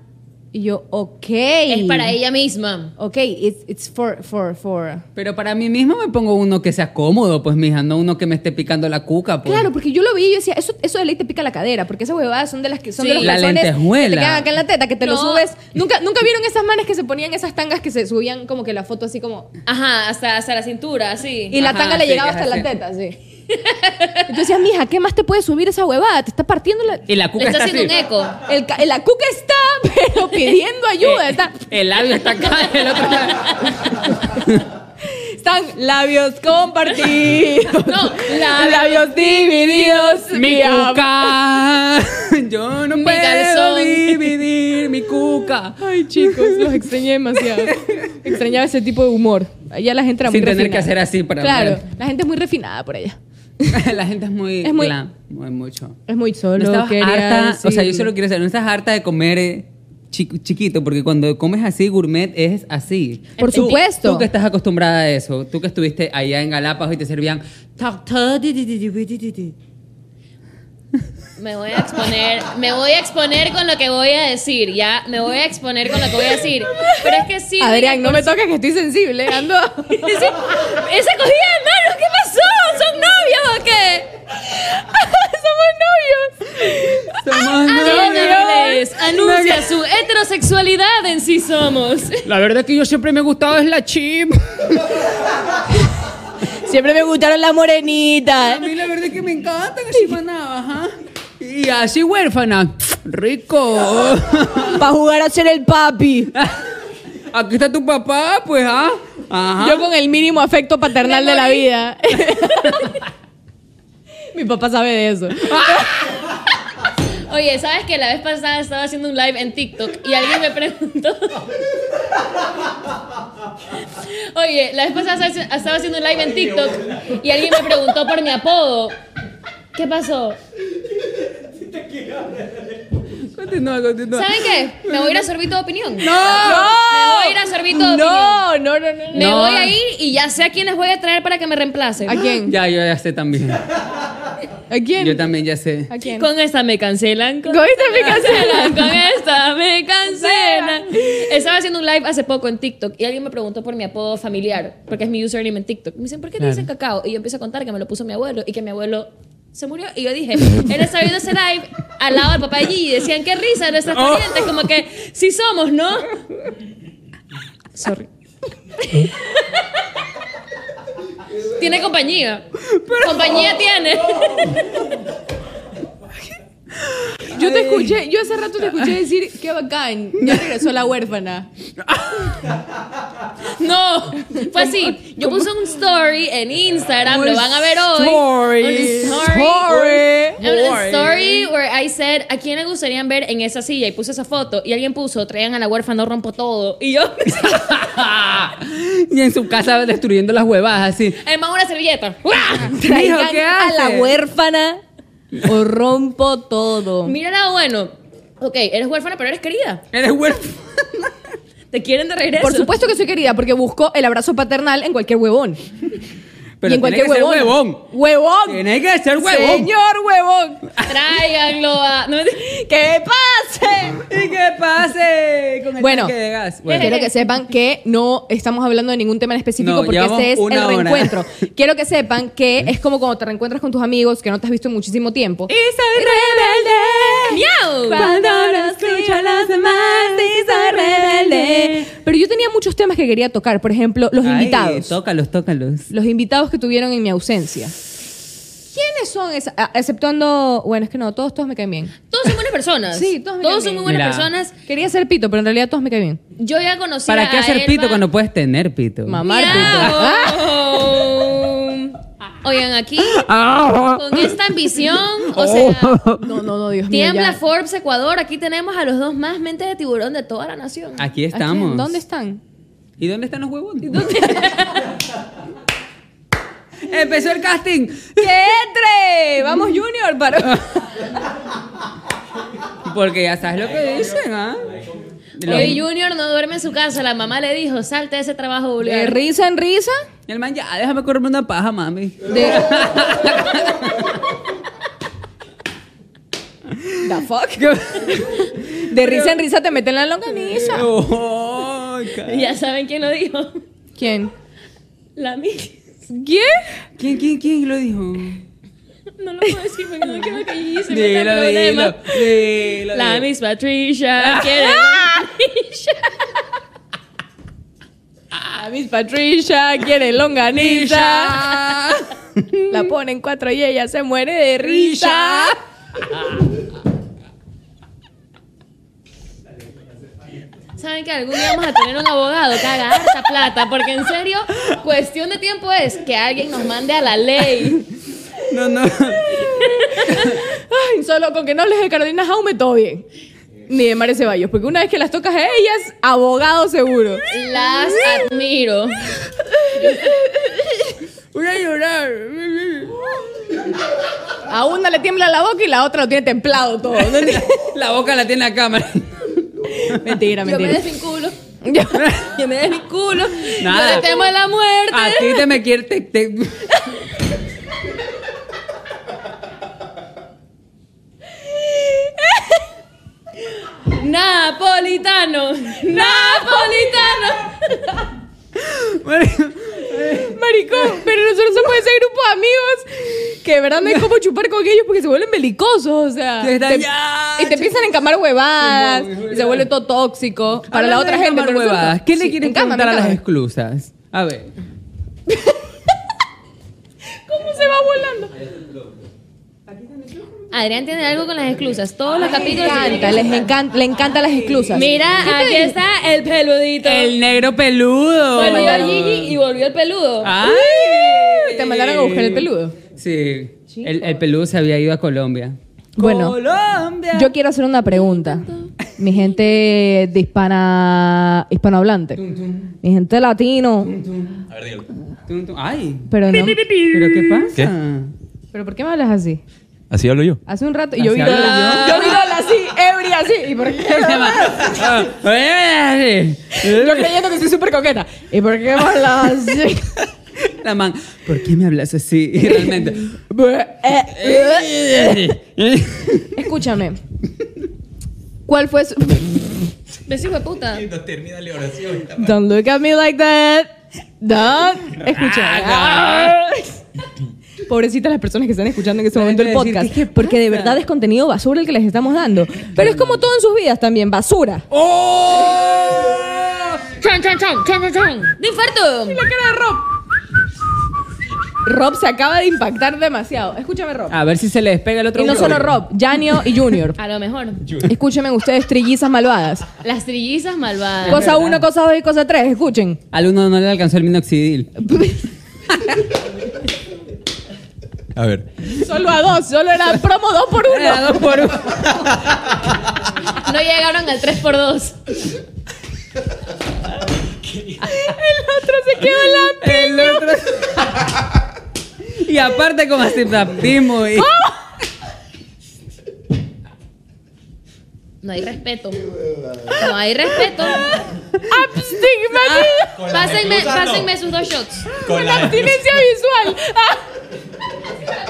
Y yo, ok. Es para ella misma. Ok, it's, it's for, for, for. Pero para mí mismo me pongo uno que sea cómodo, pues, mija, no uno que me esté picando la cuca, pues. Claro, porque yo lo vi y yo decía, eso, eso de ley te pica la cadera, porque esas huevadas son de las que son Sí. de los La calzones lentejuela. que te quedan acá en la teta, que te lo No. subes. Nunca, nunca vieron esas manes que se ponían esas tangas que se subían como que la foto así como Ajá, hasta, hasta la cintura, sí. y la Ajá, tanga le sí, llegaba que hasta es la así. teta, sí. [LAUGHS] Entonces decía, mija, ¿qué más te puede subir esa huevada? Te está partiendo la. Y la Le cuca está está, haciendo un así. eco. El, ca- la cuca está, [LAUGHS] pero pidiendo ayuda. Está, El labio está acá, el otro está- están labios compartidos. No, la- labios divididos. Mi amor. cuca. [LAUGHS] Yo no Mi puedo calzón. dividir mi [LAUGHS] cuca. Ay, chicos, los extrañé demasiado. Extrañaba ese tipo de humor. Allá la gente era Sin muy tener refinada. que hacer así para Claro, hablar. la gente es muy refinada por allá. la gente es muy. Es muy- glam, muy mucho. Es muy solo. no estabas quería harta, o sea, yo decir- solo quiero saber, no estás harta de comer eh, chi- chiquito, porque cuando comes así, gourmet es así. Por Tú- supuesto. Tú que estás acostumbrada a eso, tú que estuviste allá en Galápagos y te servían. Me voy a exponer, me voy a exponer con lo que voy a decir, ya, me voy a exponer con lo que voy a decir. Pero es que sí. Adrián, no mira, me toques que estoy sensible. [LAUGHS] Ando. por- Ese- esa [LAUGHS] cogida de manos, ¿qué pasó? ¿Son novios o qué? Somos novios. Ah, Somos novios. Diles, anuncia su heterosexualidad en sí somos. La verdad es que yo siempre me gustaba es la chip. Siempre me gustaron las A morenitas. mí la verdad es que me encantan así manadas, ajá. Y así huérfana. Rico. Para jugar a ser el papi. Aquí está tu papá, pues, ah. Ajá. Yo con el mínimo afecto paternal Me de la morí. vida. [LAUGHS] Mi papá sabe de eso. Oye, ¿sabes que la vez pasada estaba haciendo un live en TikTok y alguien me preguntó? Oye, la vez pasada estaba- estaba haciendo un live en TikTok y alguien me preguntó por mi apodo. ¿Qué pasó? Continúa, continúa. ¿Saben qué? Me voy a [LAUGHS] ir a sorbito de opinión. Me voy a ir a sorbito de opinión. No, no, no, no. Me No. voy a ir y ya sé a quiénes voy a traer para que me reemplacen. ¿A quién? Ya, yo ya sé también. ¿A quién? Yo también ya sé. ¿A quién? Con esta me cancelan. Con, Con esta me cancelan. Con esta [LAUGHS] me cancelan. Estaba haciendo un live hace poco en TikTok y alguien me preguntó por mi apodo familiar, porque es mi username en TikTok. Me dicen, ¿por qué te Claro. dicen cacao? Y yo empiezo a contar que me lo puso mi abuelo y que mi abuelo se murió. Y yo [LAUGHS] dije, él estaba viendo ese live al lado del papá de Gigi. Decían, qué risa nuestras Oh. parientes, como que sí somos, ¿no? Sorry. tiene compañía. compañía tiene. Yo te escuché, yo hace rato te escuché decir, qué bacán, ya regresó la huérfana. No, fue así. Yo puse un story en Instagram, lo van a ver hoy. Un story. Sorry. Un story where I said, ¿a quién le gustaría ver en esa silla? Y puse esa foto y alguien puso, traigan a la huérfana, no rompo todo. Y yo, [LAUGHS] [LAUGHS] y en su casa destruyendo las huevadas, [LAUGHS] así. además una servilleta. ¡Guau! Hijo, Traigan ¿qué a la haces? huérfana o rompo todo. Mira lo bueno. Ok, eres huérfana, pero eres querida. Eres huérfano. Te quieren de regreso. Por supuesto que soy querida porque busco el abrazo paternal en cualquier huevón. Pero y en tiene cualquier que ser huevón. huevón. Huevón. Tiene que ser huevón. Señor huevón. Tráiganlo a. No, [LAUGHS] ¡Que pase! Y que pase con el Bueno. tanque de gas. Quiero que sepan que no estamos hablando de ningún tema en específico No, porque llevamos este es el una hora. [LAUGHS] reencuentro. Quiero que sepan que es como cuando te reencuentras con tus amigos que no te has visto en muchísimo tiempo. Y soy ¡Miau! rebelde. las demás, sí soy rebelde. Pero yo tenía muchos temas que quería tocar, por ejemplo, los invitados. Tócalos, tócalos. los invitados que tuvieron en mi ausencia. ¿Quiénes son? esa- a- Exceptuando, bueno, es que no, todos, todos me caen bien. Todos son buenas personas. Sí, todos me caen son bien. muy buenas Mira. personas. Quería ser pito, pero en realidad todos me caen bien. Yo ya conocí ¿Para a qué hacer Elba. pito cuando puedes tener pito? Mamar pito. ¡Miau! oh. [LAUGHS] Oigan, aquí, Ah. con esta ambición, o Oh, sea, No, no, no, Dios mío. tiembla ya. Forbes Ecuador, aquí tenemos a los dos más mentes de tiburón de toda la nación. Aquí ¿A quién? estamos. ¿Dónde están? ¿Y dónde están los huevones? [LAUGHS] Empezó el casting. ¡Que entre! ¡Vamos, Junior! Para... [LAUGHS] Porque ya sabes lo que dicen, ¿ah? Lo- Hoy Junior no duerme en su casa, la mamá le dijo, salte de ese trabajo De vulgar. risa en risa. El man, ya, "Ah, déjame correrme una paja, mami. De... The [LAUGHS] fuck. De risa en risa te meten la longaniza. Oh, ca- [LAUGHS] Ya saben quién lo dijo. ¿Quién? La Miki. ¿Quién? ¿Quién, quién, quién lo dijo? No lo puedo decir porque no quiero que allí se meta en Dilo, dilo, problema. dilo. La dilo. Miss Patricia [LAUGHS] quiere la Patricia. Ah, Miss Patricia quiere longaniza. La pone en cuatro y ella se muere de risa. ¿Saben que algún día vamos a tener un abogado que haga harta plata? Porque en serio, cuestión de tiempo es que alguien nos mande a la ley. No, no. Ay, solo con que no les de Carolina Jaume, todo bien. Ni de María Ceballos, porque una vez que las tocas a ellas, abogado seguro. Las admiro. Voy a llorar. A una le tiembla la boca y la otra lo tiene templado todo. ¿no? La boca la tiene la [LAUGHS] cámara. mentira, Yo me mentira. desvinculo. Yo- Yo me desvinculo. Nada. Yo le temo a la muerte. A ti te me quiere. Te, [LAUGHS] te- Napolitano. Napolitano. Marico. Maricón, pero nosotros somos ese grupo de amigos que de verdad no hay cómo chupar con ellos porque se vuelven belicosos, o sea. Sí, está te- ya, y te empiezan a encamar huevadas, Sí, no, es y se verdad. vuelve todo tóxico para la Hablando otra de gente. llamar pero nosotros- huevadas, ¿Qué le Sí, quieren encámame, contar a las encámame. exclusas? A ver. ¿Cómo se va volando? Adrián tiene algo con las exclusas. Todos los Les capítulos. encanta, les encanta, le encantan las exclusas. Mira, aquí está el peludito. El negro peludo. Volvió Gigi y volvió el peludo. ¡Ay! Te mandaron a buscar el peludo. Sí. El, el peludo se había ido a Colombia. Bueno. ¡Colombia! Yo quiero hacer una pregunta. Mi gente de hispana, hispanohablante. Mi gente latino. A ver, dilo. Tum, tum. ¡Ay! Pero no. ¿Pero qué pasa? ¿Pero por qué me hablas así? Así hablo yo. Hace un rato y yo ¿Así virola. hablo Yo virola así, ebria así. ¿Y por qué? ¿Qué [LAUGHS] se [LAUGHS] llama? Ah, eh, eh. Yo creyendo que soy súper coqueta. ¿Y por qué me hablas así? [LAUGHS] La man, ¿por qué me hablas así? Y Realmente. Escúchame. ¿Cuál fue su... [LAUGHS] Ves, hijo de puta. Termina la oración. Don't look at me like that. Don't. Ah, Escucha. Pobrecitas las personas que están escuchando en este La momento el gente va a decir, podcast. "¿Qué Porque de pasa?" verdad es contenido basura el que les estamos dando. Pero es como todo en sus vidas también, basura. ¡Oh! Chan, chan, chan, chan, chan, chan. ¡De infarto! La cara de Rob. Rob se acaba de impactar demasiado. Escúchame, Rob. A ver si se le despega el otro Y no huevo. solo Rob, Janio y [LAUGHS] Junior. A lo mejor. Escúchenme ustedes, trillizas malvadas. Las trillizas malvadas. Cosa uno, cosa dos y cosa tres. Escuchen. Al uno no le alcanzó el [LAUGHS] minoxidil. A ver. Solo a dos, solo era promo dos por Era uno. dos por uno. No llegaron al 3x2. [LAUGHS] El otro se quedó la. El otro. Y aparte con aceptaptismo y. No hay respeto. No hay respeto. Ah. Abstigmatismo. Con las Pásenme, exclusas, no. pásenme sus dos shots. Con La las abstinencia visual. [LAUGHS] Ah.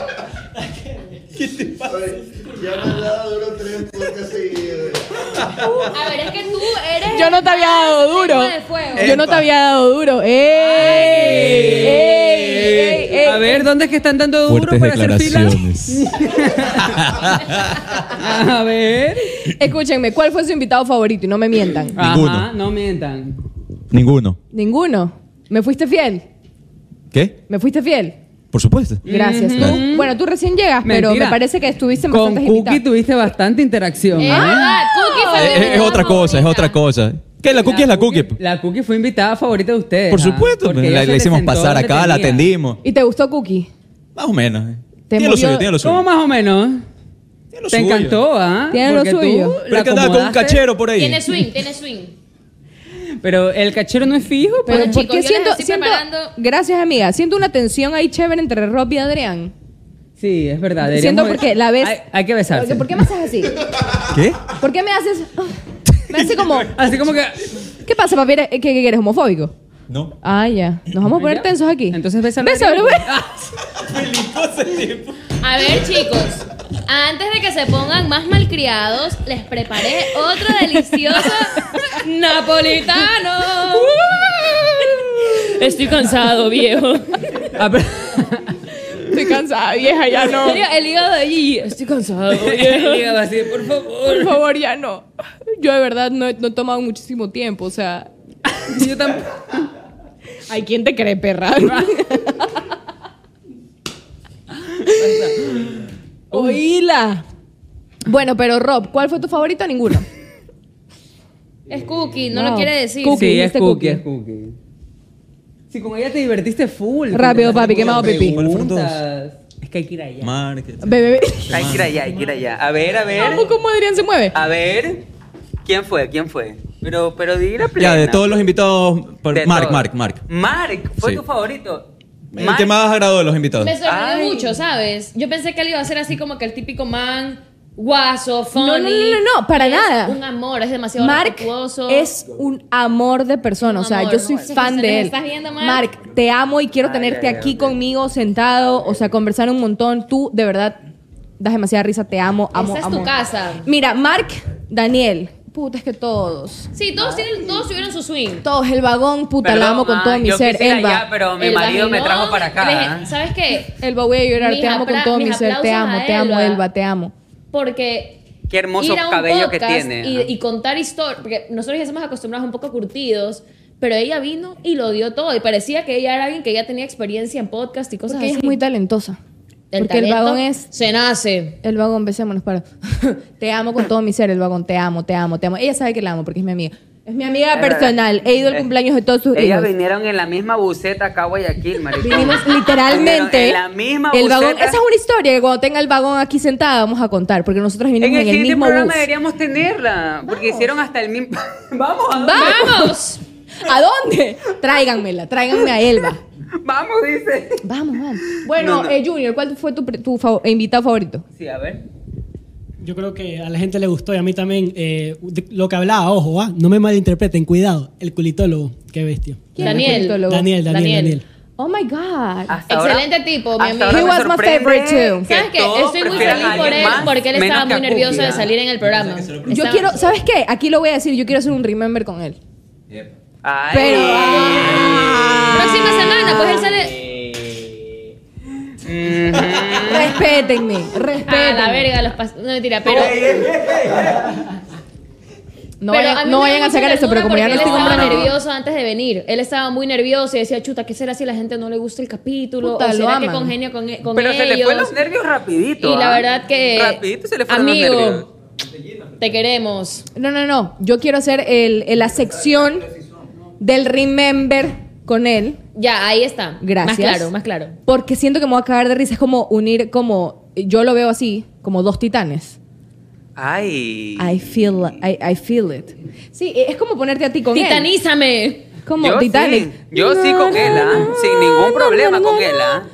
Ya me ha dado duro tres podcasts seguidos. A ver, es que tú eres. Yo no te había dado duro. Arma de fuego. Eh, Yo no te había dado duro. ¡Ey! ¡Ey! ¡Ey! ¡Ey! Eh, A ver, ¿dónde es que están dando duro fuertes para hacer fila? [LAUGHS] declaraciones. A ver. Escúchenme, ¿cuál fue su invitado favorito? Y no me mientan. Ajá, Ninguno. no mientan. Ninguno. Ninguno. ¿Me fuiste fiel? ¿Qué? ¿Me fuiste fiel? Por supuesto. Eh, Gracias. Ujú. Tú- bueno, tú recién llegas, pero Mentira. me parece que estuviste en Con bastantes Cookie invitados. tuviste bastante interacción. Es ¿eh? verdad, Cookie fue mi eh, Es, invitada otra cosa, es favorita. otra cosa. ¿Qué? La cookie es la cookie. La Cookie fue invitada favorita de ustedes. Por ¿ah? supuesto. Porque La, ella se la hicimos presentó pasar donde acá, la tenía. atendimos. ¿Y te gustó Cookie? Más o menos. eh. Te Tiene lo movió- suyo, tiene lo suyo. ¿Cómo más o menos? Tiene lo Te suyo. encantó, ¿ah? Tiene lo Porque tú suyo. la Pero es que andaba con un acomodaste, cachero por ahí. Tiene swing, tiene swing. Pero el cachero no es fijo, pues. pero. Pero Bueno, ¿por chicos, qué yo les siento, estoy siento- preparando- Gracias, amiga. Siento una tensión ahí chévere entre Rob y Adrián. Sí, es verdad. siento deberíamos- porque la vez... Hay, hay que besarse. ¿Por qué me haces así? ¿Qué? ¿Por qué me [LAUGHS] haces...? Me hace como... Así como que. ¿Qué pasa, papi? ¿Eres- ¿Qué, qué eres, homofóbico? No. Ah, ya. Nos vamos a poner ¿Ya? tensos aquí. Entonces bésalo. Bésalo, güey. güey. Ah, A ver, chicos, antes de que se pongan más malcriados, les preparé otro [LAUGHS] delicioso napolitano. Estoy cansado, viejo. En ah, pero- [LAUGHS] Estoy cansada, vieja, ya no. serio, el hígado de Gigi. Estoy cansado, viejo. Dígame así, por favor. Por favor, ya no. Yo de verdad no, he- no he tomado muchísimo tiempo, o sea... Yo tampoco. Ay, ¿quién te cree, perra? [LAUGHS] Oíla. Bueno, pero Rob, ¿cuál fue tu favorito? Ninguno. Es cookie, no lo Wow. quiere decir. Cookie, sí, es este cookie, cookie. es cookie. Si con ella te divertiste full. Rápido, Porque papi, te hacen quemado, pipí. muchas ¿Cuáles fueron preguntas. Es que hay que ir allá. Marketing. Bebé. bebé. Hay que ir allá, hay que ir allá. A ver, a ver. Vamos, cómo Adrián se mueve. A ver. ¿Quién fue? ¿Quién fue? Pero, pero di la plena. Ya, de todos los invitados. por- De Mark, todos. Mark, Mark. Mark, fue Sí. tu favorito. El que más agradó de los invitados. Me sorprendió Ay. mucho, ¿sabes? Yo pensé que él iba a ser así como que el típico man guaso, funny. No, no, no, no, no, para Es nada. Un amor, es demasiado Mark respetuoso. es un amor de persona, o Un sea, amor, yo soy un amor. fan de él. ¿Estás viendo, Mark? Ah, Mark, te amo y quiero tenerte ay, aquí ay. conmigo sentado, o sea, conversar un montón. Tú, de verdad, das demasiada risa, te amo, amo, Esa es amo. tu casa. Mira, Mark, Daniel, Puta, es que todos. Sí, todos, tienen, todos tuvieron su swing. Todos, el vagón, puta, la amo con todo mi ser. Elba. Ya, pero mi El marido me vacilón, trajo para acá. ¿eh? les- ¿Sabes qué? Elba, voy a llorar. Mis te amo con apla- todo mis mi ser. Te aplausos amo, a te amo, Elba. Elba, te amo. Porque. Qué hermoso ir a un cabello que podcast tiene, Y, ajá. y contar historias. Porque nosotros ya estamos acostumbrados un poco curtidos. Pero ella vino y lo dio todo. Y parecía que ella era alguien que ya tenía experiencia en podcast y cosas Porque ella así. es muy talentosa. El porque el talento vagón es. Se nace. El vagón, besémonos para. [LAUGHS] te amo con todo mi ser, el vagón. Te amo, te amo, te amo. Ella sabe que la amo porque es mi amiga. Es mi amiga personal. He ido al Eh, cumpleaños de todos sus Ellas hijos. vinieron en la misma buceta acá a Guayaquil, maricón. [LAUGHS] Vinimos Vinieron literalmente. En la misma el buceta. vagón. Esa es una historia que cuando tenga el vagón aquí sentada vamos a contar. Porque nosotros vinimos En en, el el siguiente mismo programa bus. deberíamos tenerla. Porque hicieron hasta el mismo. [LAUGHS] Vamos, ¿a dónde? ¡Vamos! ¿A dónde? Tráiganmela, tráiganme a Elba. Vamos, dice. Vamos, vamos. Bueno, No, no. eh, Junior, ¿cuál fue tu, pre- tu fav- invitado favorito? Sí, a ver. Yo creo que a la gente le gustó y a mí también eh, de- lo que hablaba, ojo, ¿ah? no me malinterpreten, cuidado, el culitólogo, qué bestia. ¿Quién Daniel. es el politólogo? Daniel, Daniel, Daniel. Daniel. Oh my God. Hasta ahora- Excelente tipo, mi hasta amigo. ahora He me was my sorprende favorite too. que ¿Sabes qué? todos Estoy muy prefieran feliz a por alguien él más, porque él menos estaba que a muy nervioso Cookie, de ah. salir en el programa. Yo quiero, ¿sabes qué? Aquí lo voy a decir, yo quiero hacer un remember con él. Ay. Pero- ah, Próxima Ah. semana, pues él sale. Mhm. Respétenme, A la respétenme. verga, los pas... No mentira, pero. No pero vayan, mí no me vayan dio a sacar mucha esto, pero como ternura ya no porque estoy él estaba comprando. nervioso antes de venir. Él estaba muy nervioso y decía, chuta, ¿qué será si la gente no le gusta el capítulo? Puta, ¿O lo será que aman. congenio con, e-, con Pero se le fue ellos?" los nervios rapidito. Y la ¿ah? verdad que. Rapidito se le fueron los nervios. Amigo, te queremos. No, no, no. Yo quiero hacer el, el- la sección del remember con él. Ya, ahí está. Gracias. Más claro, más claro. Porque siento que me voy a cagar de risa. Es como unir, como. Yo lo veo así, como dos titanes. Ay. I feel, I, I feel it. Sí, e, es como ponerte a ti con él. Titanízame. Como Yo Titanic. sí, yo sí con él, ¿ah? sin ningún problema con él. ¿ah?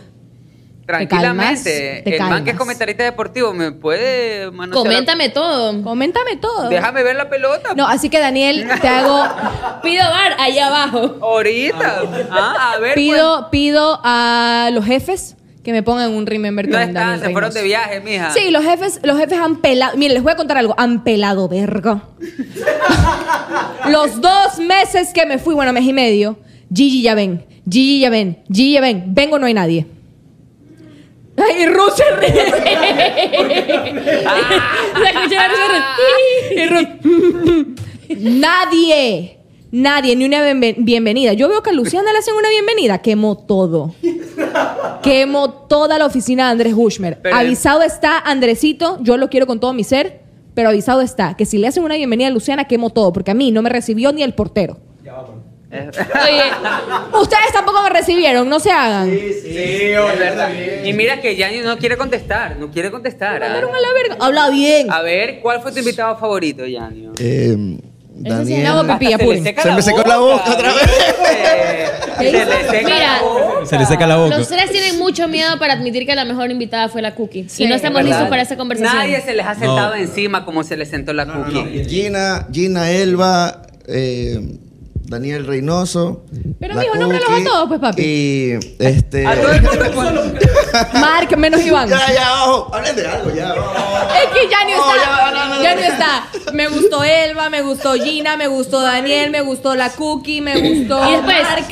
Tranquilamente, calmas, te el man que es calmas. comentarista deportivo me puede manosear la- Coméntame todo. Coméntame todo. Déjame ver la pelota. No, así que Daniel, te hago. [LAUGHS] Pido bar allá abajo. Ahorita. Ah, a ver. Pido, pido a los jefes que me pongan un remember pues. no con están, Daniel se fueron Reynoso. de viaje, mija. Sí, los jefes, los jefes han pelado. Miren, les voy a contar algo. Han pelado verga. los dos meses que me fui, bueno, mes y medio. Gigi ya ven, Gigi ya ven, Gigi ya ven. Vengo, no hay nadie. Ay, y Ruth se ríe. La cuchara no se re- Y Ruth, nadie. Nadie, ni una bienve- bienvenida. Yo veo que a Luciana le hacen una bienvenida. Quemó todo. Quemó toda la oficina de Andrés Bushmer. Pero- avisado está Andresito, yo lo quiero con todo mi ser, pero avisado está que si le hacen una bienvenida a Luciana, quemó todo, porque a mí no me recibió ni el portero. Oye, Ah. Ustedes tampoco me recibieron, no se hagan. Sí, es verdad. Y mira que Yanni no quiere contestar, no quiere contestar. ¿ah? Mandaron a la verga. Habla bien. A ver, ¿cuál fue tu invitado favorito, Yanni? Eh, Daniel. no, Hasta Pipí, se le apuren. seca Se me secó la boca otra vez. ¿viste? Se le seca Mira, la boca. Se le seca la boca. los tres tienen mucho miedo para admitir que la mejor invitada fue la Cookie. Sí, y no estamos ¿Verdad? listos para esa conversación. Nadie se les ha sentado No. encima como se les sentó la cookie. Ah, Gina, Gina Elba, eh, Daniel Reynoso. Pero, la mijo, nómbralos a Cookie, todos, pues, papi. Y este. A todo el mundo con- Mark menos Iván. Ya, ya, abajo. Hablen de algo, ya. abajo. Es que ya no No, está. ya, no, no, no. Ya no está. Me gustó Elba, me gustó Gina, me gustó Daniel, me gustó la Cookie, me gustó Y después, Mark.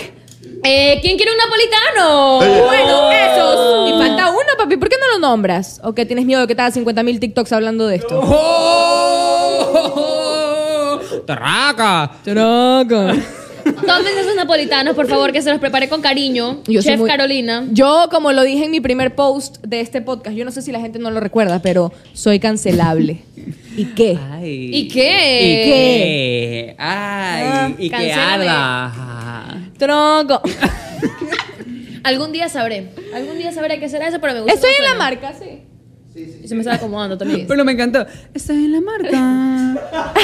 eh, ¿quién quiere un napolitano? oh. Bueno, esos. Y falta uno, papi. ¿Por qué no lo nombras? ¿O que tienes miedo de que te haga 50 mil TikToks hablando de esto? ¡Oh! ¡Tarraca! Tómense esos napolitanos, por favor, que se los prepare con cariño. Yo soy Chef muy- Carolina. Yo, como lo dije en mi primer post de este podcast, yo no sé si la gente no lo recuerda, pero soy cancelable. ¿Y qué? Ay. ¿Y ¿Y qué? Ah, qué? Ay, y que cancélame. arda. [LAUGHS] Tronco. Algún día sabré. Algún día sabré qué será eso, pero me gusta. Estoy en la cómo suena. marca, sí. Y se me estaba acomodando también. Pero me encantó. Está en la marca.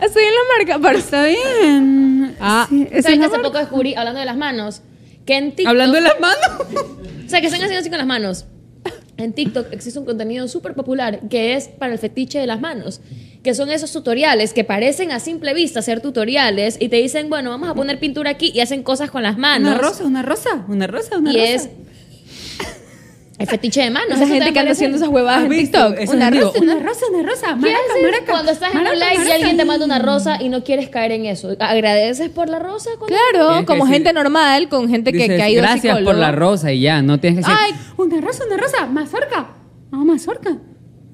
Estoy en la marca, pero está Está bien. Ah. Sí, esa ¿Sabes es que la hace marca. poco descubrí, hablando de las manos, que en TikTok... Hablando de las [LAUGHS] manos. O sea, que están haciendo así con las manos. En TikTok existe un contenido súper popular que es para el fetiche de las manos, que son esos tutoriales que parecen a simple vista ser tutoriales y te dicen, bueno, vamos a poner pintura aquí y hacen cosas con las manos. Una rosa, una rosa, una rosa, una y rosa. es... Hay fetiche de manos. Esa eso gente también Ah, que anda puede ser. haciendo esas huevadas ¿Has en visto? TikTok. Eso Una les digo, rosa, una rosa, una rosa. ¿Qué Maraca, haces maraca. cuando estás en maraca, un live y maraca. alguien te manda una rosa y no quieres caer en eso? ¿Agradeces por la rosa? cuando- Claro, Tienes que como decir- gente normal, con gente que, Dices, que ha ido al Gracias por la psicólogo". rosa y ya, no tienes que decir. Ay, una rosa, una rosa, mazorca. No, mazorca.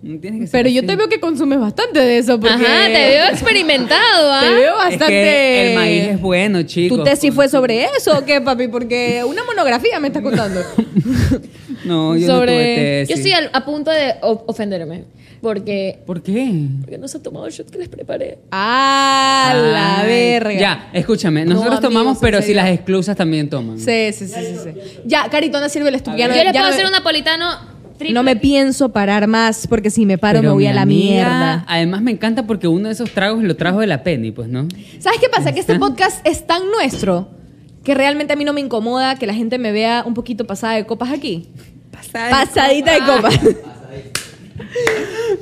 no tienes que ser Pero yo así. te veo que consumes bastante de eso porque Ajá, te veo experimentado, ¿ah? te veo Es que bastante el maíz es bueno, chicos. ¿Tu tesis fue sobre eso o qué, papi? Porque una monografía me [LAUGHS] estás contando. No, yo sobre- no tuve tesis. Yo estoy al- a punto de o- ofenderme porque, ¿Por qué? porque no se ha tomado el shot que les preparé. ¡Ah, la Ay, verga! Ya, escúchame, No, nosotros amigos, tomamos, en pero si serio. las exclusas también toman. Sí, sí, sí, sí, sí. Ya, Caritona, sirve el Yo ya no, les ya puedo no hacer me- un napolitano triple. No me pienso parar más porque si me paro Pero me voy mi a la amiga, mierda. Además me encanta porque uno de esos tragos lo trajo de la Penny, pues, ¿no? ¿Sabes qué pasa? Que este podcast es tan nuestro que realmente a mí no me incomoda que la gente me vea un poquito pasada de copas aquí. Pasadita de copas.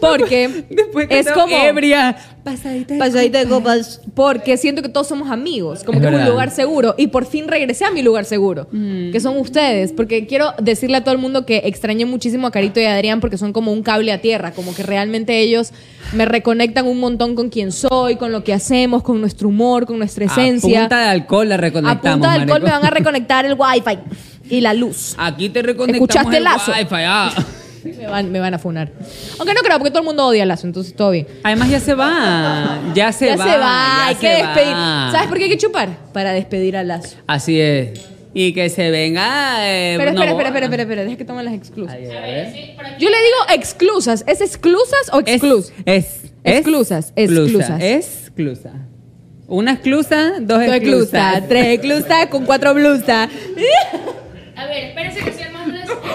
Porque Después que es estaba como ebria. pasadita de copas. Porque siento que todos somos amigos, como Es que es un verdad. lugar seguro. Y por fin regresé a mi lugar seguro, que son ustedes. Porque quiero decirle a todo el mundo que extrañé muchísimo a Carito y a Adrián porque son como un cable a tierra, como que realmente ellos me reconectan un montón con quien soy, con lo que hacemos, con nuestro humor, con nuestra esencia. A punta de alcohol la A reconectamos, punta de alcohol me marico. van a reconectar el wifi y la luz. Aquí te reconectamos Escuchaste el lazo. wifi, ah. Me van, me van a funar. Aunque no creo, porque todo el mundo odia a Lazo, entonces todo bien. Además ya se va, ya se ya va. se va, hay ya que se despedir. va. Eh, ¿Sabes por qué hay que chupar? Para despedir a Lazo. Así es. Y que se venga. eh, Pero una espera, boda. espera, espera, espera, espera, deja que tomen las exclusas. Ay, a ver. Yo le digo exclusas. ¿Es exclusas o exclus? Es, es, Exclusas, exclusas. Exclusa. Una exclusa, dos Dos exclusas. exclusas, tres exclusas con cuatro blusas. A ver, espérense que sea más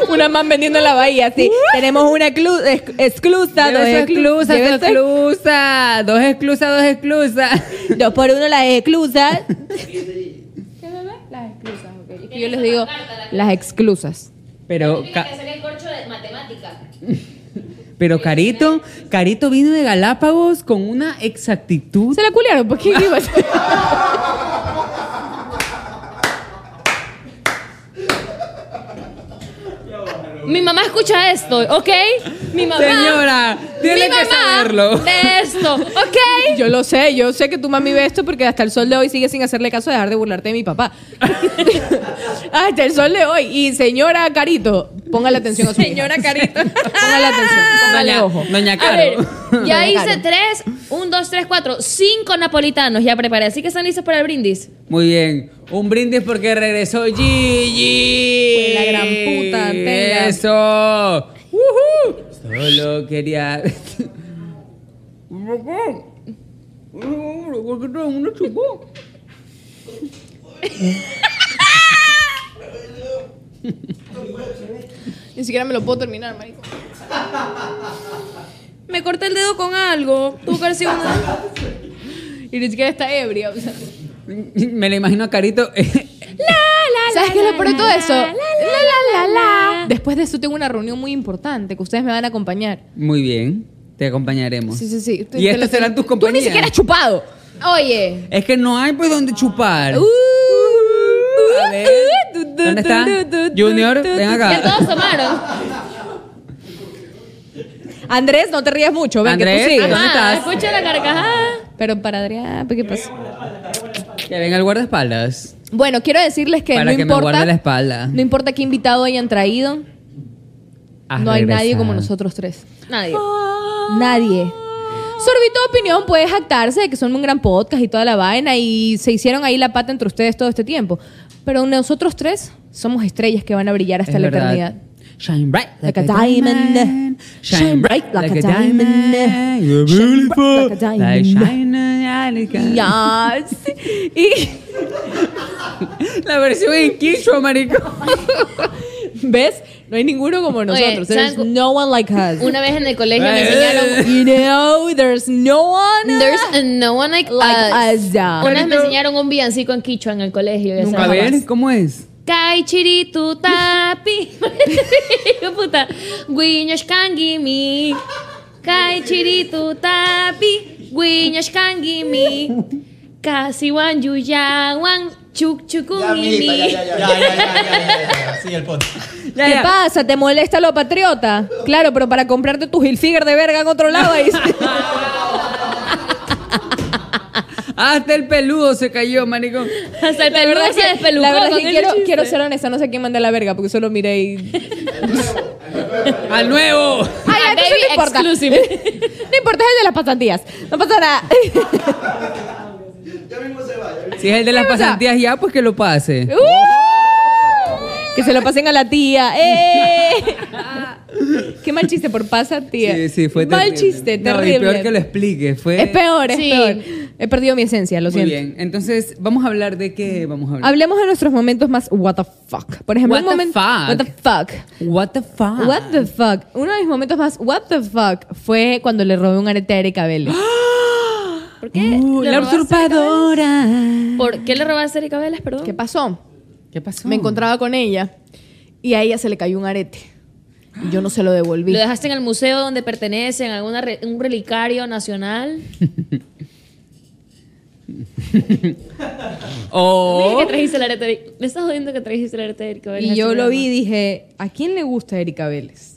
Una más vendiendo en la bahía, sí. Tenemos una exclu- ex- exclusa, dos Lleve su exclusa, exclusas, su exclusa. Dos exclusas, dos exclusas. Dos por uno [LAUGHS] las exclusas. ¿Qué bebé? Las exclusas, ok. Es que yo les digo las exclusas. Pero, Ca- el corcho de matemática. pero Carito, Carito vino de Galápagos con una exactitud. Se la culiaron, ¿por qué [LAUGHS] iba a ser? Mi mamá escucha esto, ¿ok? Mi mamá. Señora, tiene mi que mamá saberlo. De esto, ¿ok? Yo lo sé, yo sé que tu mami ve esto porque hasta el sol de hoy sigue sin hacerle caso a dejar de burlarte de mi [LAUGHS] papá. hasta el sol de hoy. Y señora Carito, póngale atención a su Señora Carito. Póngale atención, póngale Doña- ojo. Doña A Caro. ver, ya Claro. hice tres, un, dos, tres, cuatro, cinco napolitanos ya preparé. Así que están listos para el brindis. [LAUGHS] Muy bien. Un brindis porque regresó Gigi. Fue la gran puta, tenga. Eso. Ujú. Solo quería. [LAUGHS] Ni siquiera me lo puedo terminar, marico. Me corté el dedo con algo. Tuvo que haber sido una. Y ni siquiera está ebria. o sea. Me lo imagino a Carito. [LAUGHS] ¿Sabes qué es lo peor de todo eso? La, la, la, la. Después de eso tengo una reunión muy importante que ustedes me van a acompañar. Muy bien. Te acompañaremos. Sí, sí, sí. Te- Y te estas lo- serán tus Tú ni compañías. siquiera has chupado. Oye. Es que no hay pues donde chupar. A ver. Uh, ¿Dónde está? Junior, ven Ya acá. todos tomaron. Andrés, no te rías mucho. Ven, Andrés, que tú sigues. ¿dónde Ajá, estás? escucha la carcajada. Pero para Adrián, ¿qué pasa? Que venga el guardaespaldas. Bueno, quiero decirles que Para que no me importa. guarde la espalda. No importa qué invitado hayan traído. Has no hay nadie regresado. como nosotros tres. Nadie. Nadie. Sorbito de Opinión puede jactarse de que son un gran podcast y toda la vaina y se hicieron ahí la pata entre ustedes todo este tiempo. Pero nosotros tres somos estrellas que van a brillar hasta Es la verdad. eternidad. Shine bright Like a diamond. Shine bright like a diamond. You're Shine beautiful. bright like a diamond. Like shine uh, like a- [LAUGHS] Yes. Y La versión en quichua, marico. ves, no hay ninguno como nosotros. There's ¿saben cu- no one like us. Una vez en el colegio me Eh. enseñaron. You know, there's no one. There's no one like, Like us. us, yeah. Una vez me enseñaron un villancico en quichua en el colegio. y Nunca esa- ver, ¿cómo es? Kai chiri tu tapi. [LAUGHS] Puta. Guiños kangimi. Kai chiri tu tapi. Guiños kangimi. Kasi wan yuyawan. Chuk Ya, mijita, ya, ya, chukungimi. ya, ya, ya, ya, ya, ya, ya. Sí, el pot. Ya, ¿Qué ya. pasa? ¿Te molesta lo patriota? Claro, pero para comprarte tu Hilfiger de verga en otro lado ahí. [LAUGHS] Hasta el peludo se cayó, maricón. Hasta el peludo se despelucó. la verdad es con que el quiero, chiste. quiero ser honesta, no sé quién manda la verga, porque solo miré [LAUGHS] y... ¡Al nuevo! Ay, Ah, entonces baby no importa. exclusive. no importa, es el de las pasantías. No [LAUGHS] pasa nada. [LAUGHS] Ya mismo se va. ya mismo. Si es el de las pasantías ya, pues que lo pase. ¡Uh! que se lo pasen a [LAUGHS] la tía. ¡Eh! Qué mal chiste por pasa, tía. Sí, sí, fue eh, Mal terrible. chiste, No, terrible. y peor que lo explique. Fue... Es peor, es Sí. peor. He perdido mi esencia, lo Muy siento. bien. Entonces, vamos a hablar de qué vamos a hablar. Hablemos de nuestros momentos más what the fuck. Por ejemplo, What un the momento fuck. Ah. what the fuck. What the fuck? What the fuck. Uno de mis momentos más what the fuck fue cuando le robé un arete a [GASPS] Erika Vélez. [LAUGHS] ¿Por qué? Uh, le la robaste usurpadora. a- ¿Por qué le robaste a Erika Velas, perdón? ¿Qué pasó? ¿Qué pasó? Me encontraba con ella y a ella se le cayó un arete. Y yo no se lo [GASPS] devolví. ¿Lo dejaste en el museo donde pertenece, en algún un relicario nacional? O- Oh, Mira que trajiste el arete de- Me estás jodiendo que trajiste el arete de Erika Velas. Y yo Así lo me vi y dije, ¿a quién le gusta Erika Vélez?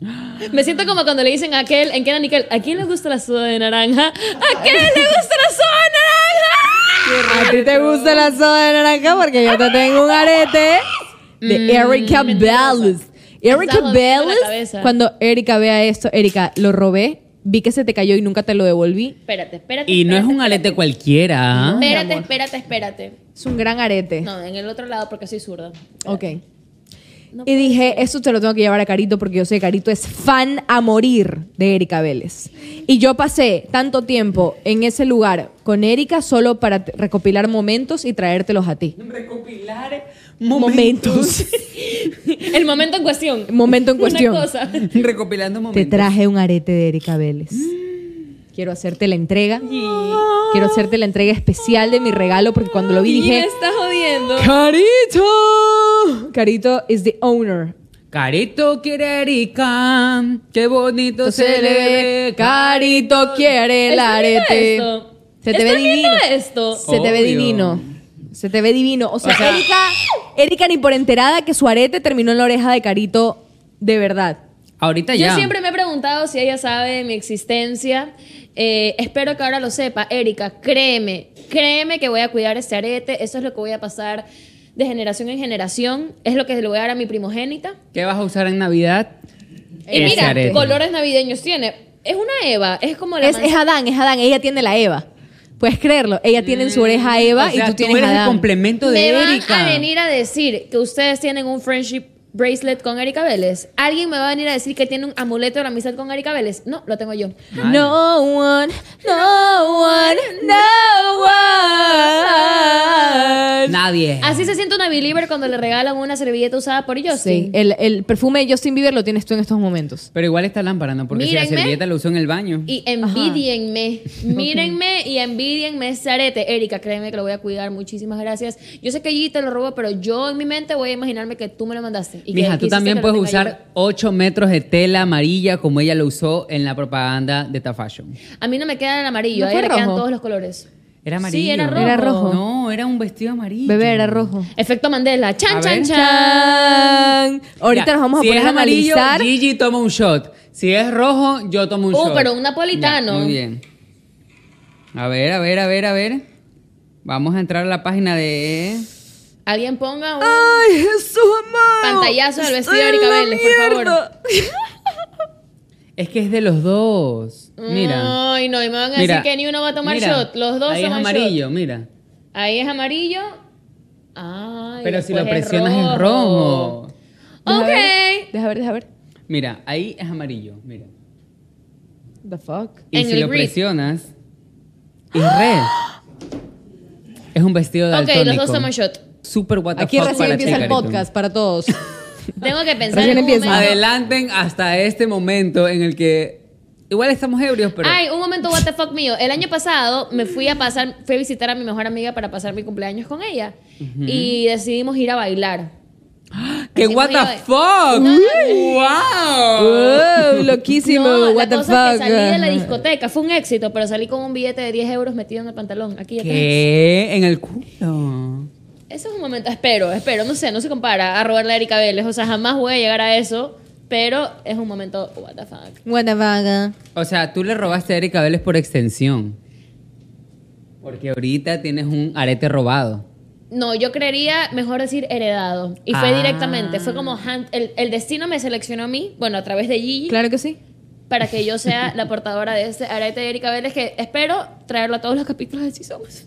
llama. Me siento como cuando le dicen a aquel, en Kenan Nickel, ¿a quién le gusta la soda de naranja? ¿A quién le gusta la soda de naranja? ¿A ti te gusta la soda de naranja? Porque yo te tengo un arete de Erika Mm, mentirosa. Vélez. Está Erika jodiendo la Vélez, cabeza. cuando Erika vea esto, Erika, lo robé, vi que se te cayó y nunca te lo devolví. Espérate, espérate. Y no es espérate, un alete cualquiera. ¿ah? Espérate, amor. espérate, espérate. Es un gran arete. No, en el otro lado porque soy zurda. Ok. y dije, eso te lo tengo que llevar a Carito porque yo sé que Carito es fan a morir de Erika Vélez. Y yo pasé tanto tiempo en ese lugar con Erika solo para t- recopilar momentos y traértelos a ti. Recopilar Momentos. El momento en cuestión. Momento en [LAUGHS] cuestión. Una cosa. [LAUGHS] Recopilando Te momentos. traje un arete de Erika Vélez. Mm. Quiero hacerte la entrega. Quiero hacerte la entrega especial de mi regalo porque cuando lo vi Y me dije, "Oh, está jodiendo. ¡Carito! Carito is the owner. Carito quiere Erika. Qué bonito se le ve. Carito quiere el ¿Están viendo arete. esto? Se te ve ¿Están viendo divino. esto? Se te ve Obvio. divino. Se te ve divino. O sea, sea- [LAUGHS] Erika, Erika ni por enterada que su arete terminó en la oreja de Carito de verdad. Ahorita Yo ya. siempre me he preguntado si ella sabe de mi existencia. Eh, espero que ahora lo sepa. Erika, créeme, créeme que voy a cuidar ese arete. Eso es lo que voy a pasar de generación en generación. Es lo que le voy a dar a mi primogénita. ¿Qué vas a usar en Navidad? Y Ese Eh, mira, arete. colores navideños tiene. Es una Eva, es como la Es, es manzana. Adán, es Adán. Ella tiene la Eva. Puedes creerlo. Ella tiene en su oreja a Eva O sea, y Mm. tú, tienes eres a el Adán. complemento de Me van Erika. a venir a decir que ustedes tienen un friendship bracelet con Erika Vélez. Alguien me va a venir a decir que tiene un amuleto de la amistad con Erika Vélez. No, lo tengo yo. No one, no one, no one. Nadie. Así se siente una believer cuando le regalan una servilleta usada por ellos. Sí, el, el perfume de Justin Bieber lo tienes tú en estos momentos. Pero igual esta lámpara, ¿no? Porque si Mírenme. la servilleta la usó en el baño. Y [LAUGHS] envidienme, mírenme y envidienme ese arete. Erika, créeme que lo voy a cuidar. Muchísimas gracias. Yo sé que allí te lo robo, pero yo en mi mente voy a imaginarme que tú me lo mandaste. Y que Mija, tú quisiste también que lo puedes tenga usar 8 metros de tela amarilla como ella lo usó en la propaganda de Tafashion. yo. A mí no me queda el amarillo, ¿No a ella le fue quedan rojo? todos los colores. Era amarillo. Sí, era rojo. Era rojo. No, era un vestido amarillo. Bebé era rojo. Efecto Mandela. Chan, A chan, ver. chan. Ahorita Ya, nos vamos a si poner es a amarillo, analizar. Gigi toma un shot. Si es rojo, yo tomo un Uh, shot. pero un napolitano. Ya, muy bien. A ver, a ver, a ver, a ver. Vamos a entrar a la página de. Alguien ponga un. Ah. Ay, Jesús amado. Pantallazo del vestido Estoy de Erika en la Vélez, por favor. mierda. Es que es de los dos. Mira. Ay, no, y me van a mira, decir Mm, que ni uno va a tomar mira, shot. Los dos Ahí es toman shot. amarillo, mira. Ahí es amarillo. Ay, pues Pero si lo después presionas es rojo. Deja ver, Ok. Deja ver, deja ver. Mira, ahí es amarillo, mira. The fuck. Y En si el lo grid. presionas, es red. Es un vestido de Ok, los dos toman shot. Super what the Aquí fuck recién para empieza ti, el Carito. podcast para todos. Tengo que pensar Recién en un empieza. momento. Adelanten hasta este momento en el que igual estamos ebrios, pero Ay, un momento, what the fuck mío. El año pasado me fui a pasar, fui a visitar a mi mejor amiga para pasar mi cumpleaños con ella. Y decidimos ir a bailar. qué decimos what the yo- fuck. Wow. Wow, loquísimo. No, What la the cosa es fuck. que salí de la discoteca, fue un éxito, pero salí con un billete de 10 euros metido en el pantalón. Aquí atrás. ¿Qué? En el culo. Ese es un momento, espero, espero, no sé, no se compara a robarle a Erika Vélez, o sea, jamás voy a llegar a eso, pero es un momento, what the fuck. Buena vaga. O sea, tú le robaste a Erika Vélez por extensión. Porque ahorita tienes un arete robado. No, yo creería mejor decir heredado. Y fue Ah. directamente, fue como hand- el, el destino me seleccionó a mí, bueno, a través de Gigi, Claro que sí. para que yo sea la portadora de este arete de Erika Vélez, que espero traerlo a todos los capítulos de Si Somos.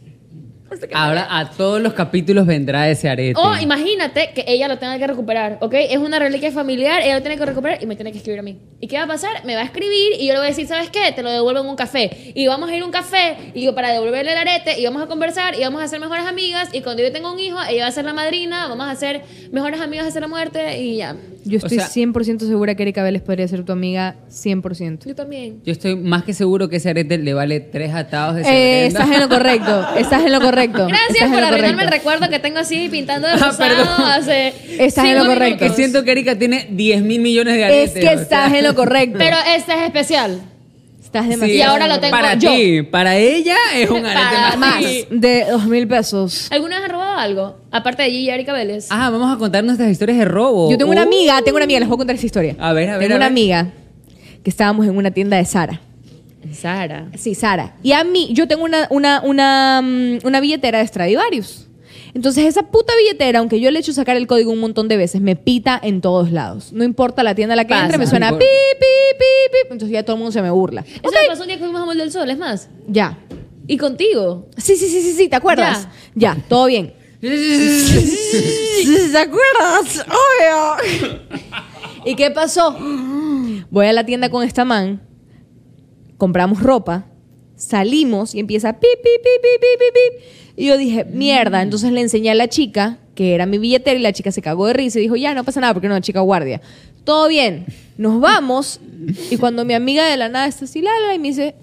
Ahora a todos los capítulos vendrá ese arete. Oh, O imagínate que ella lo tenga que recuperar, ¿ok? Es una reliquia familiar, ella lo tiene que recuperar y me tiene que escribir a mí. ¿Y qué va a pasar? Me va a escribir y yo le voy a decir, ¿sabes qué? Te lo devuelvo en un café. Y vamos a ir a un café y yo para devolverle el arete y vamos a conversar y vamos a ser mejores amigas. Y cuando yo tenga un hijo, ella va a ser la madrina, vamos a ser mejores amigas hasta la muerte y ya. Yo O estoy sea- 100% segura que Erika Vélez podría ser tu amiga 100%. Yo también. Yo estoy más que seguro que ese arete le vale tres atados de Eh, semerenda. estás en lo correcto, estás en lo correcto. estás Gracias en por lo arruinarme el correcto. recuerdo que tengo así [LAUGHS] pintando de Ah, rosado perdón. hace Estás en cinco lo correcto. [LAUGHS] Que minutos. siento que Erika tiene 10 mil millones de Es aretes. que estás en lo correcto. Pero este es especial. estás Sí, demasiado. y ahora lo tengo para yo. ti, para ella es un arete Para más. Más de dos mil pesos. ¿Alguna vez has robado algo? Aparte de Gigi y Erika Vélez. Ah, vamos a contar nuestras historias de robo. Yo tengo una Uh. amiga, tengo una amiga, les voy a contar esa historia. A ver, a ver, Tengo a una ver. amiga que estábamos en una tienda de Sara. Sara. Sí, Sara. Y a mí, yo tengo una, una, una, mm, una billetera de Stradivarius. Entonces, esa puta billetera, aunque yo le echo sacar el código un montón de veces, me pita en todos lados. No importa la tienda a la que Pasa. entre, me suena No pi, importa. pi, pi, pi. Entonces ya todo el mundo se me burla. Eso Ok, me pasó un día que fuimos a Mall del Sol, es más. ya. Y contigo. Sí, sí, sí, sí, sí, ¿te acuerdas? Ya, todo bien. ¿Te acuerdas? Obvio. ¿Y qué pasó? Voy a la tienda con esta man, compramos ropa, salimos y empieza pip, pip, pip, pip, pip, pip, pip. Y yo dije, mierda. Entonces le enseñé a la chica, que era mi billetera, y la chica se cagó de risa y dijo, ya, no pasa nada porque era una chica guardia. Todo bien, nos vamos. Y cuando mi amiga de la nada está así, la, la, la, y me dice,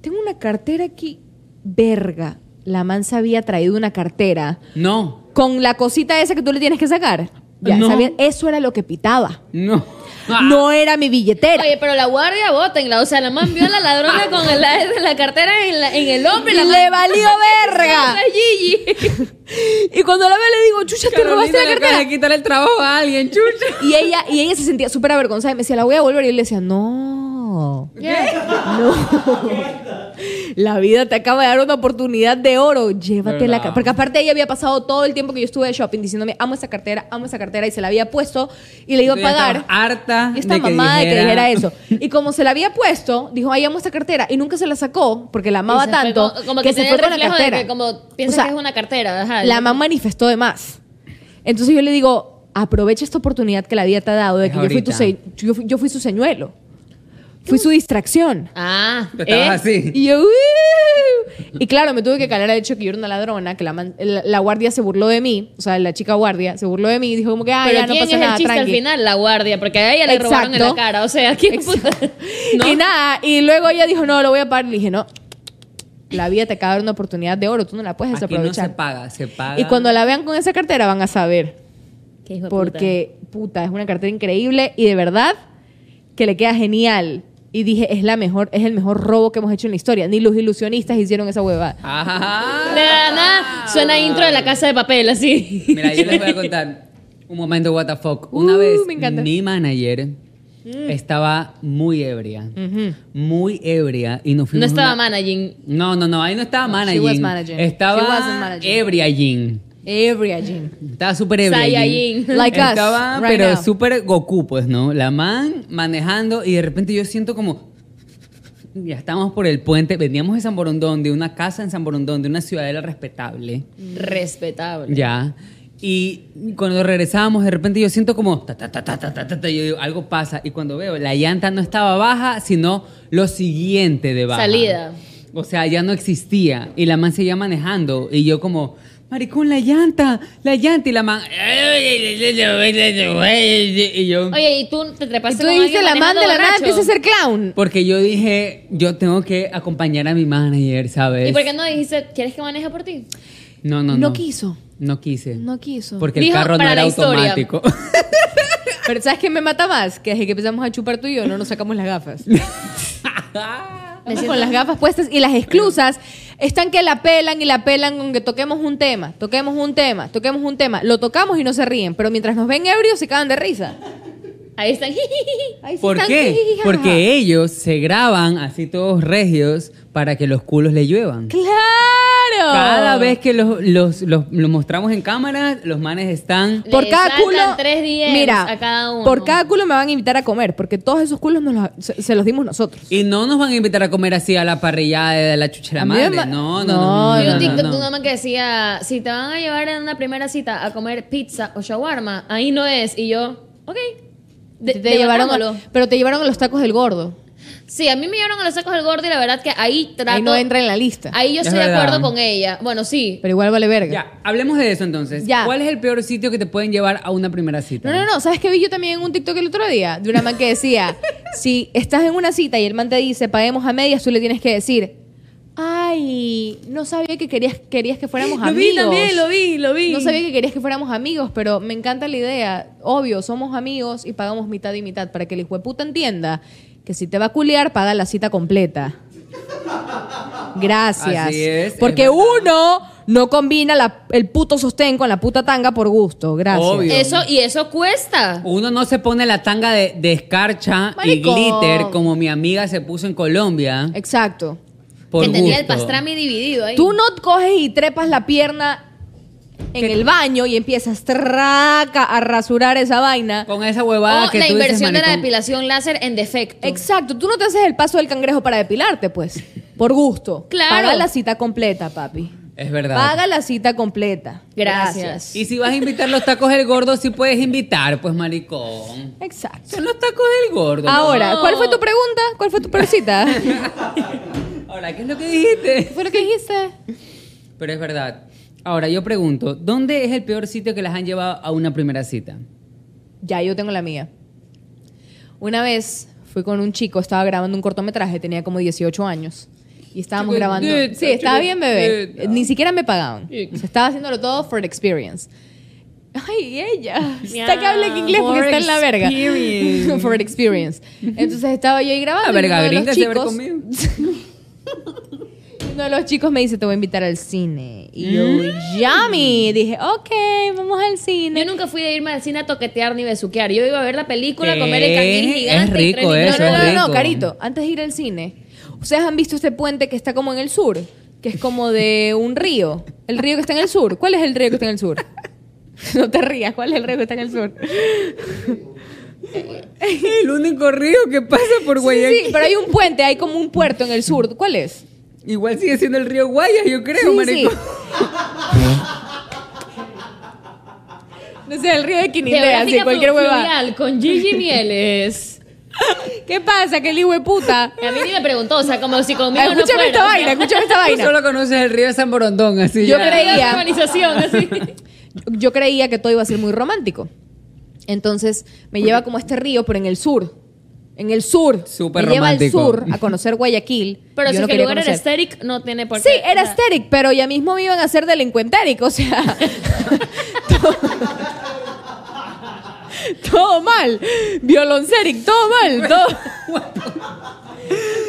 tengo una cartera aquí, verga. La man se había traído una cartera No, con la cosita esa que tú le tienes que sacar. Ya, No. Ah. sabía- eso era lo que pitaba. no. No era mi billetera. Oye, pero la guardia, bótenla. O sea, la man vio a la [LAUGHS] ladrona con el, la, la cartera en, la- en el hombro. y Y La man- [LAUGHS] le valió verga. Esa es Gigi. Y cuando la veo le digo, chucha, Ah, te robaste la cartera. de quitar el trabajo a alguien, chucha. Y ella, y ella se sentía súper avergonzada y me decía, la voy a volver. Y yo le decía, no. No. La vida te acaba de dar una oportunidad de oro. Llévate la ¿Verdad? cartera. Porque aparte ella había pasado todo el tiempo que yo estuve de shopping diciéndome, amo esa cartera, amo esa cartera. Y se la había puesto y le iba a Tú ya pagar. estabas harta Y esta de que mamada de que dijera dijera [LAUGHS] eso. Y como se la había puesto, dijo, ay, amo esta cartera. Y nunca se la sacó porque Y la amaba se fue tanto. como- como que, se tenía fue el con la reflejo de cartera. que como O piensa sea, que es una cartera. Ajá. la mamá manifestó de más. Entonces yo le digo, aprovecha esta oportunidad que la vida te ha dado de Es que yo fui, tu ahorita. se- yo, fui- yo fui su señuelo. Fui su distracción. Ah. Tú estabas ¿eh? así. Y yo, "Uh". Y claro, me tuve que calar al hecho que yo era una ladrona, que la, man- la- la guardia se burló de mí, o sea, la chica guardia se burló de mí y dijo como que, ah, Pero ya no ¿quién pasa es nada, el chiste tranqui". al final? La guardia, porque a ella le robaron en la Exacto. cara. O sea, ¿quién puta? ¿No? [LAUGHS] Y nada, y luego ella dijo, no, lo voy a pagar. Y le dije, no, la vida te acaba de dar una oportunidad de oro, tú no la puedes Aquí no se desaprovechar. paga, se paga. y cuando la vean con esa cartera van a saber. Qué hijo de puta. porque puta. es una cartera increíble y de verdad que le queda genial y dije es la mejor es el mejor robo que hemos hecho en la historia ni los ilusionistas hicieron esa huevada Ajá. De la nada suena intro de la casa de papel, así. Mira, [LAUGHS] yo les voy a contar un momento what the fuck. Una Uh, vez me encanta. Mm. mi manager estaba muy ebria. Muy ebria y No nos fuimos a estaba una- managing. No, no, no, ahí no estaba she managing. was managing. Estaba She wasn't managing. ebria Jin. everything Estaba súper ebria. Saiyajin. Jin. Like us, Estaba, right pero now. súper Goku, pues, ¿no? La man manejando y de repente yo siento como... Ya estamos por el puente. Veníamos de San Borondón, de una casa en San Borondón, de una ciudadela respetable. Respetable. Ya. Y cuando regresábamos, de repente yo siento como. ta, ta, ta, ta, ta, ta, ta, ta, y yo digo, algo pasa. Y cuando veo, la llanta no estaba baja, sino lo siguiente de baja. Salida. O sea, ya no existía. Y la man seguía manejando. Y yo, como. Maricón, la llanta, la llanta y la man. Y yo, Oye, y tú te trepaste Mm. tú con dijiste alguien la man manejando de la nada borracho? empieza a ser clown porque yo dije, yo tengo que acompañar a mi manager, ¿sabes? ¿Y por qué no dijiste, quieres que maneje por ti? No, no, no. No quiso. No quise. no quiso Porque Dijo, el carro no para era la historia. automático. [LAUGHS] pero sabes qué me mata más que desde que empezamos a chupar tú y [LAUGHS] yo no nos sacamos las gafas Estamos con las gafas puestas y las exclusas Están que la pelan y la pelan con que toquemos un tema, toquemos un tema, toquemos un tema. Lo tocamos y no se ríen, pero mientras nos ven ebrios se cagan de risa. Ahí [LAUGHS] están. Ahí sí ¿Por están, qué? jijijijaja. Porque ellos se graban así todos regios para que los culos le lluevan. ¡Claro! Cada vez que los, los, los, los mostramos en cámara, los manes están... Le por cada saltan culo tres DMs mira a cada uno. por cada culo me van a invitar a comer porque todos esos culos nos los- se, se los dimos nosotros Y no nos van a invitar a comer así a la parrillada de la chuchera A mí me madre. ma- No, no, no. no, No, no, Vi no, un TikTok no. de una man que decía, si te van a llevar en una primera cita a comer pizza o shawarma, ahí no es. Y yo, ok. de- te llevaron a- debatámoslo. pero te llevaron a los tacos del gordo Sí, a mí me llevaron a los sacos del gordo y la verdad que ahí trato... ahí no entra en la lista Ahí yo Es estoy de verdad. acuerdo con ella. Bueno, sí. pero igual vale verga Ya, hablemos de eso entonces. Ya. ¿Cuál es el peor sitio que te pueden llevar a una primera cita? No, no, no. ¿Sabes qué vi yo también en un TikTok el otro día? De una man [LAUGHS] que decía, si estás en una cita y el man te dice, paguemos a medias, tú le tienes que decir, ay, no sabía que querías, querías que fuéramos Lo vi amigos. también, lo vi, lo vi. No sabía que querías que fuéramos amigos, pero me encanta la idea. Obvio, somos amigos y pagamos mitad y mitad para que el hijo de puta entienda que si te va a culiar, paga la cita completa. Gracias. Así es, es Porque verdad. uno no combina la- el puto sostén con la puta tanga por gusto. Gracias. Obvio. Eso, y eso cuesta. Uno no se pone la tanga de, de escarcha Maricón. y glitter como mi amiga se puso en Colombia. Exacto. Por que tenía el gusto. pastrami dividido ahí. Tú no coges y trepas la pierna en el baño y empiezas traca a rasurar esa vaina. Con esa Ah, huevada o que la tú dices, inversión de la maricón. depilación láser en defecto. Exacto, tú no te haces el paso del cangrejo para depilarte, pues. Por gusto. Claro. Paga la cita completa, papi. Es verdad. Paga la cita completa. Gracias. Y si vas a invitar los tacos del gordo, sí puedes invitar, pues maricón. Exacto. Son los tacos del gordo. Ahora, No. ¿cuál fue tu pregunta? ¿Cuál [LAUGHS] fue tu peor cita? ¿Qué Ahora, ¿qué es lo que dijiste? fue lo que dijiste? Pero es verdad. Ahora, yo pregunto, ¿dónde es el peor sitio que las han llevado a una primera cita? Ya, yo tengo la mía. Una vez fui con un chico, estaba grabando un cortometraje, tenía como 18 años. Y estábamos Chico, grabando. neta, sí, estaba chico, bien, bebé. neta. Ni siquiera me pagaban. O sea, estaba haciéndolo todo for the experience. Ay, y ella. Está que habla en inglés porque For está en la verga. experience. [LAUGHS] for experience. Entonces estaba yo ahí grabando. La y verga uno Ah, de los gringa se haber chicos- comido. uno de los chicos me dice, te voy a invitar al cine. Y yo, Mm. yummy. Dije, ok, vamos al cine. Yo nunca fui de irme al cine a toquetear ni besuquear. Yo iba a ver la película, ¿Qué? comer el canguil Es gigante. y rico tres eso, niños. No, no, no, es no, rico. carito. Antes de ir al cine, ustedes han visto este puente que está como en el sur, que es como de un río. El río que está en el sur. ¿Cuál es el río que está en el sur? [LAUGHS] No te rías, ¿cuál es el río que está en el sur? El único río que pasa por Sí, Guayaquil. sí, pero hay un puente, hay como un puerto en el sur. ¿Cuál es? Igual sigue siendo el río Guayas, yo creo, Sí, sí. [LAUGHS] maricón. No sé, el río de Quinindea, Geográfica sí, cualquier flu- hueva. fluvial con Gigi Mieles. ¿Qué pasa? Que el hijo de puta. A mí ni me preguntó, o sea, como si conmigo no Escúchame fuera, esta o sea, vaina, [LAUGHS] escúchame esta Tú vaina. solo conoces el río de San Borondón, así. Yo ya. creí- la Creía. urbanización, así. [LAUGHS] yo creía que todo iba a ser muy romántico. Entonces me lleva como a este río, pero en el sur. En el sur. Súper me lleva al romántico. sur a conocer Guayaquil. [LAUGHS] Pero Yo si no es que el quería lugar era conocer. estéril, no tiene por Sí, qué. era o sea, estéril, pero ya mismo me iban a hacer delincuentérico, o sea. [LAUGHS] todo, todo mal. Violonceric, [LAUGHS] todo mal. todo-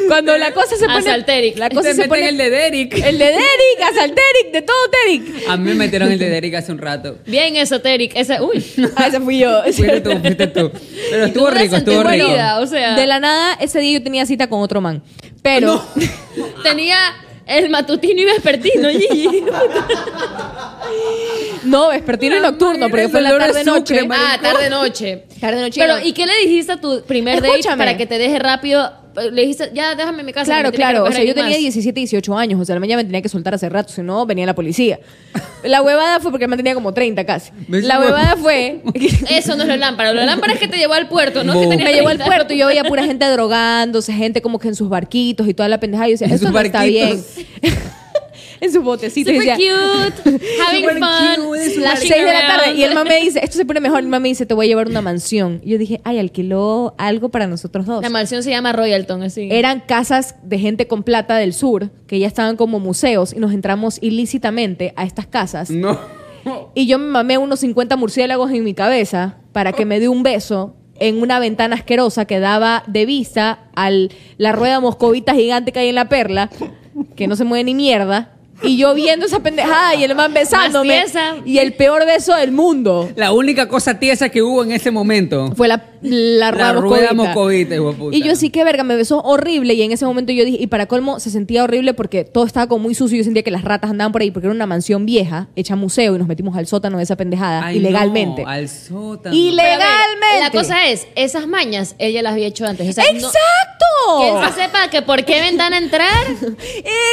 Cuando la cosa se pone. Asalteric. La Te cosa se Este meten pone. el de Derek. El de Derek, asalteric, de todo [LAUGHS] Derek. A mí me metieron el de Derek hace un rato. Bien esotéric. Ese, uy. [LAUGHS] Ah, ese fui yo. Fuiste tú, fuiste tú. Pero Y tú estuvo me rico, sentí estuvo rico. dolida, O sea, de la nada, ese día yo tenía cita con otro man. Pero. tenía el matutino y vespertino, [LAUGHS] Gigi. [LAUGHS] No, vespertino y nocturno, porque fue en la dolor de tarde noche. sucre, ah, tarde noche. Tarde noche. Pero, ¿y qué le dijiste a tu primer date Escúchame. para que te deje rápido? Pues, Le dijiste, ya déjame en mi casa. Claro, que me tiene que claro. O recoger sea, yo alguien tenía más. 17, 18 años. O sea, la mañana me tenía que soltar hace rato, si no, venía la policía. La huevada fue porque me tenía como 30 casi. Me La sumo- huevada fue. Eso no es la lámpara. La lámpara es que te llevó al puerto, ¿no? Que Bo. [LAUGHS] tenía Me llevó al 30. puerto y yo veía pura gente drogándose, gente como que en sus barquitos y toda la pendejada. Y yo decía, En esto sus no está bien. barquitos. [LAUGHS] en sus botecitos. y Super decía, [LAUGHS] cute, having Super fun, cute, super las slashing 6 de la around. tarde y el man me dice, esto se pone mejor, el man me dice, te voy a llevar una mansión. Y yo dije, ay, alquiló algo para nosotros dos. La mansión se llama Royalton, así. Eran casas de gente con plata del sur, que ya estaban como museos, y nos entramos ilícitamente a estas casas. No. Y yo me mamé unos 50 murciélagos en mi cabeza para que me dé un beso en una ventana asquerosa que daba de vista a la rueda moscovita gigante que hay en la perla. que no se mueve ni mierda. Y yo viendo esa pendejada y el man besándome. Más tiesa. Y el peor beso del mundo. La única cosa tiesa que hubo en ese momento. Fue la, la, La rueda rueda moscovita, hijo de puta. Y yo así que verga, me besó horrible. Y en ese momento yo dije, y para colmo, se sentía horrible porque todo estaba como muy sucio. Yo sentía que las ratas andaban por ahí porque era una mansión vieja, hecha museo, y nos metimos al sótano de esa pendejada, Ay, Ah, ilegalmente. no, al sótano. Pero a ver, ¡Ilegalmente! La cosa es, esas mañas ella las había hecho antes. O sea, no- ¡Exacto! que él se sepa que por qué ventana entrar.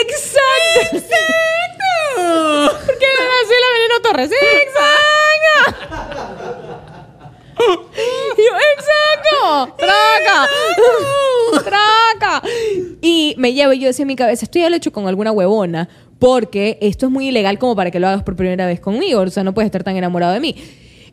¡Exacto! ¡Exacto! ¿Por qué me así la Veneno Torres? ¡Exacto! Y yo, ¡Exacto! ¡Traca! ¡Traca! Y me llevo y yo decía en mi cabeza, esto ya lo he hecho con alguna huevona, porque esto es muy ilegal como para que lo hagas por primera vez conmigo, o sea, no puedes estar tan enamorado de mí.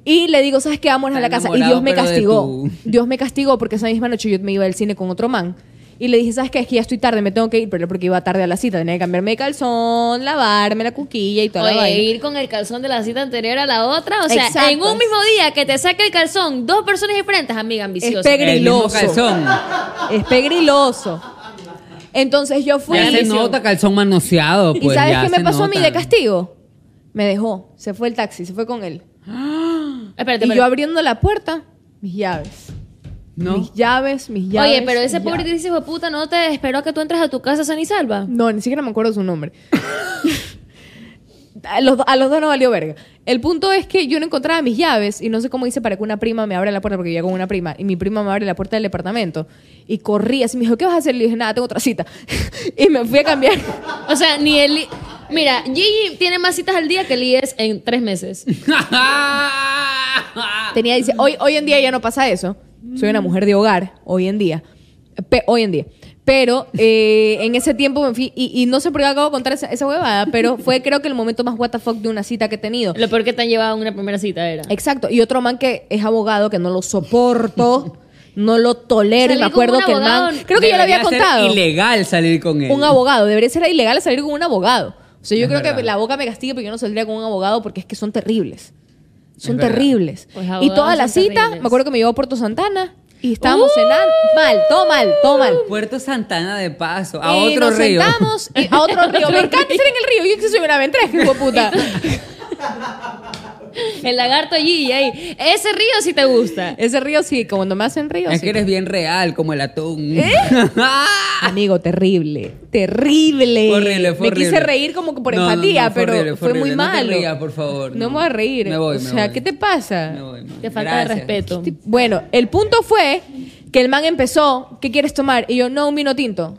Y le digo, ¿sabes qué? Vámonos a la Está casa. Y enamorado, Dios me pero de castigó. tu- Dios me castigó porque esa misma noche yo me iba al cine con otro man. Y le dije, ¿sabes qué? Es que ya estoy tarde, me tengo que ir, pero porque iba tarde a la cita, tenía que cambiarme de calzón, lavarme la cuquilla y toda la Oye, vaina. ir con el calzón de la cita anterior a la otra. O sea, Exacto. en un mismo día que te saque el calzón dos personas diferentes, amiga ambiciosa. Espe- El mismo griloso. calzón. Es pegriloso. Entonces yo fui. Ya se nota calzón manoseado. ¿Y pues, sabes ya qué me se pasó a mí nota. de castigo? Me dejó, se fue el taxi, se fue con él. Espérate, y pero- yo abriendo la puerta, mis llaves. No. [LAUGHS] [LAUGHS] Mis llaves, mis llaves. Oye, pero ese mis pobre llaves. dice, hijo de puta, no te esperó a que tú entres a tu casa sana y salva. No, ni siquiera me acuerdo su nombre. [LAUGHS] A los, do- a los dos no valió verga. El punto es que yo no encontraba mis llaves y no sé cómo hice para que una prima me abra la puerta, porque vivía con una prima, y mi prima me abre la puerta del departamento. Y corrí así, me dijo, ¿qué vas a hacer? Le dije, nada, tengo otra cita. [LAUGHS] y me fui a cambiar. [LAUGHS] O sea, ni el... Mira, Gigi tiene más citas al día que el IES en tres meses. Tenía, dice, hoy, hoy en día ya no pasa eso. Soy una mujer de hogar, hoy en día. Pe- hoy en día. Pero eh, en ese tiempo me fui, y, y no sé por qué acabo de contar esa, esa huevada, pero fue creo que el momento más what the fuck de una cita que he tenido. Lo peor que te han llevado a una primera cita era. Exacto. Y otro man que es abogado, que no lo [LAUGHS] soporto, no lo tolero. Y me Salí con acuerdo un que el man. abogado, Creo que yo lo había Debería ser contado. ilegal salir con él. Un abogado. Debería ser ilegal salir con un abogado. O sea, yo Es creo que verdad. la boca me castiga porque yo no saldría con un abogado porque es que son terribles. Son verdad. terribles. Pues y abogados toda la son cita, terribles. me acuerdo que me llevó a Puerto Santana y estábamos Uh. cenando. Mal, todo mal, todo mal. Puerto Santana de paso, a Y otro Eh, nos río. sentamos y- a otro río. Me encanta estar en el río. Yo que soy una ventresca, hijo de [LAUGHS] puta. El lagarto Gigi ahí. Ese río sí te gusta. Ese río sí, como no me hacen río. [LAUGHS] Es sí. que eres bien real, como el atún. ¿Eh? [LAUGHS] Amigo, terrible. Terrible. Horrible, fue Me quise horrible. reír como que por No, no, no, empatía, fue pero horrible, fue, fue muy horrible. No te malo. rías, por favor, No, no. me voy a reír. Me voy, o me sea, voy. ¿qué te pasa? Me voy, me voy. Te falta de Gracias. respeto. Este- Bueno, el punto fue que el man empezó, ¿qué quieres tomar? Y yo, no, un vino tinto.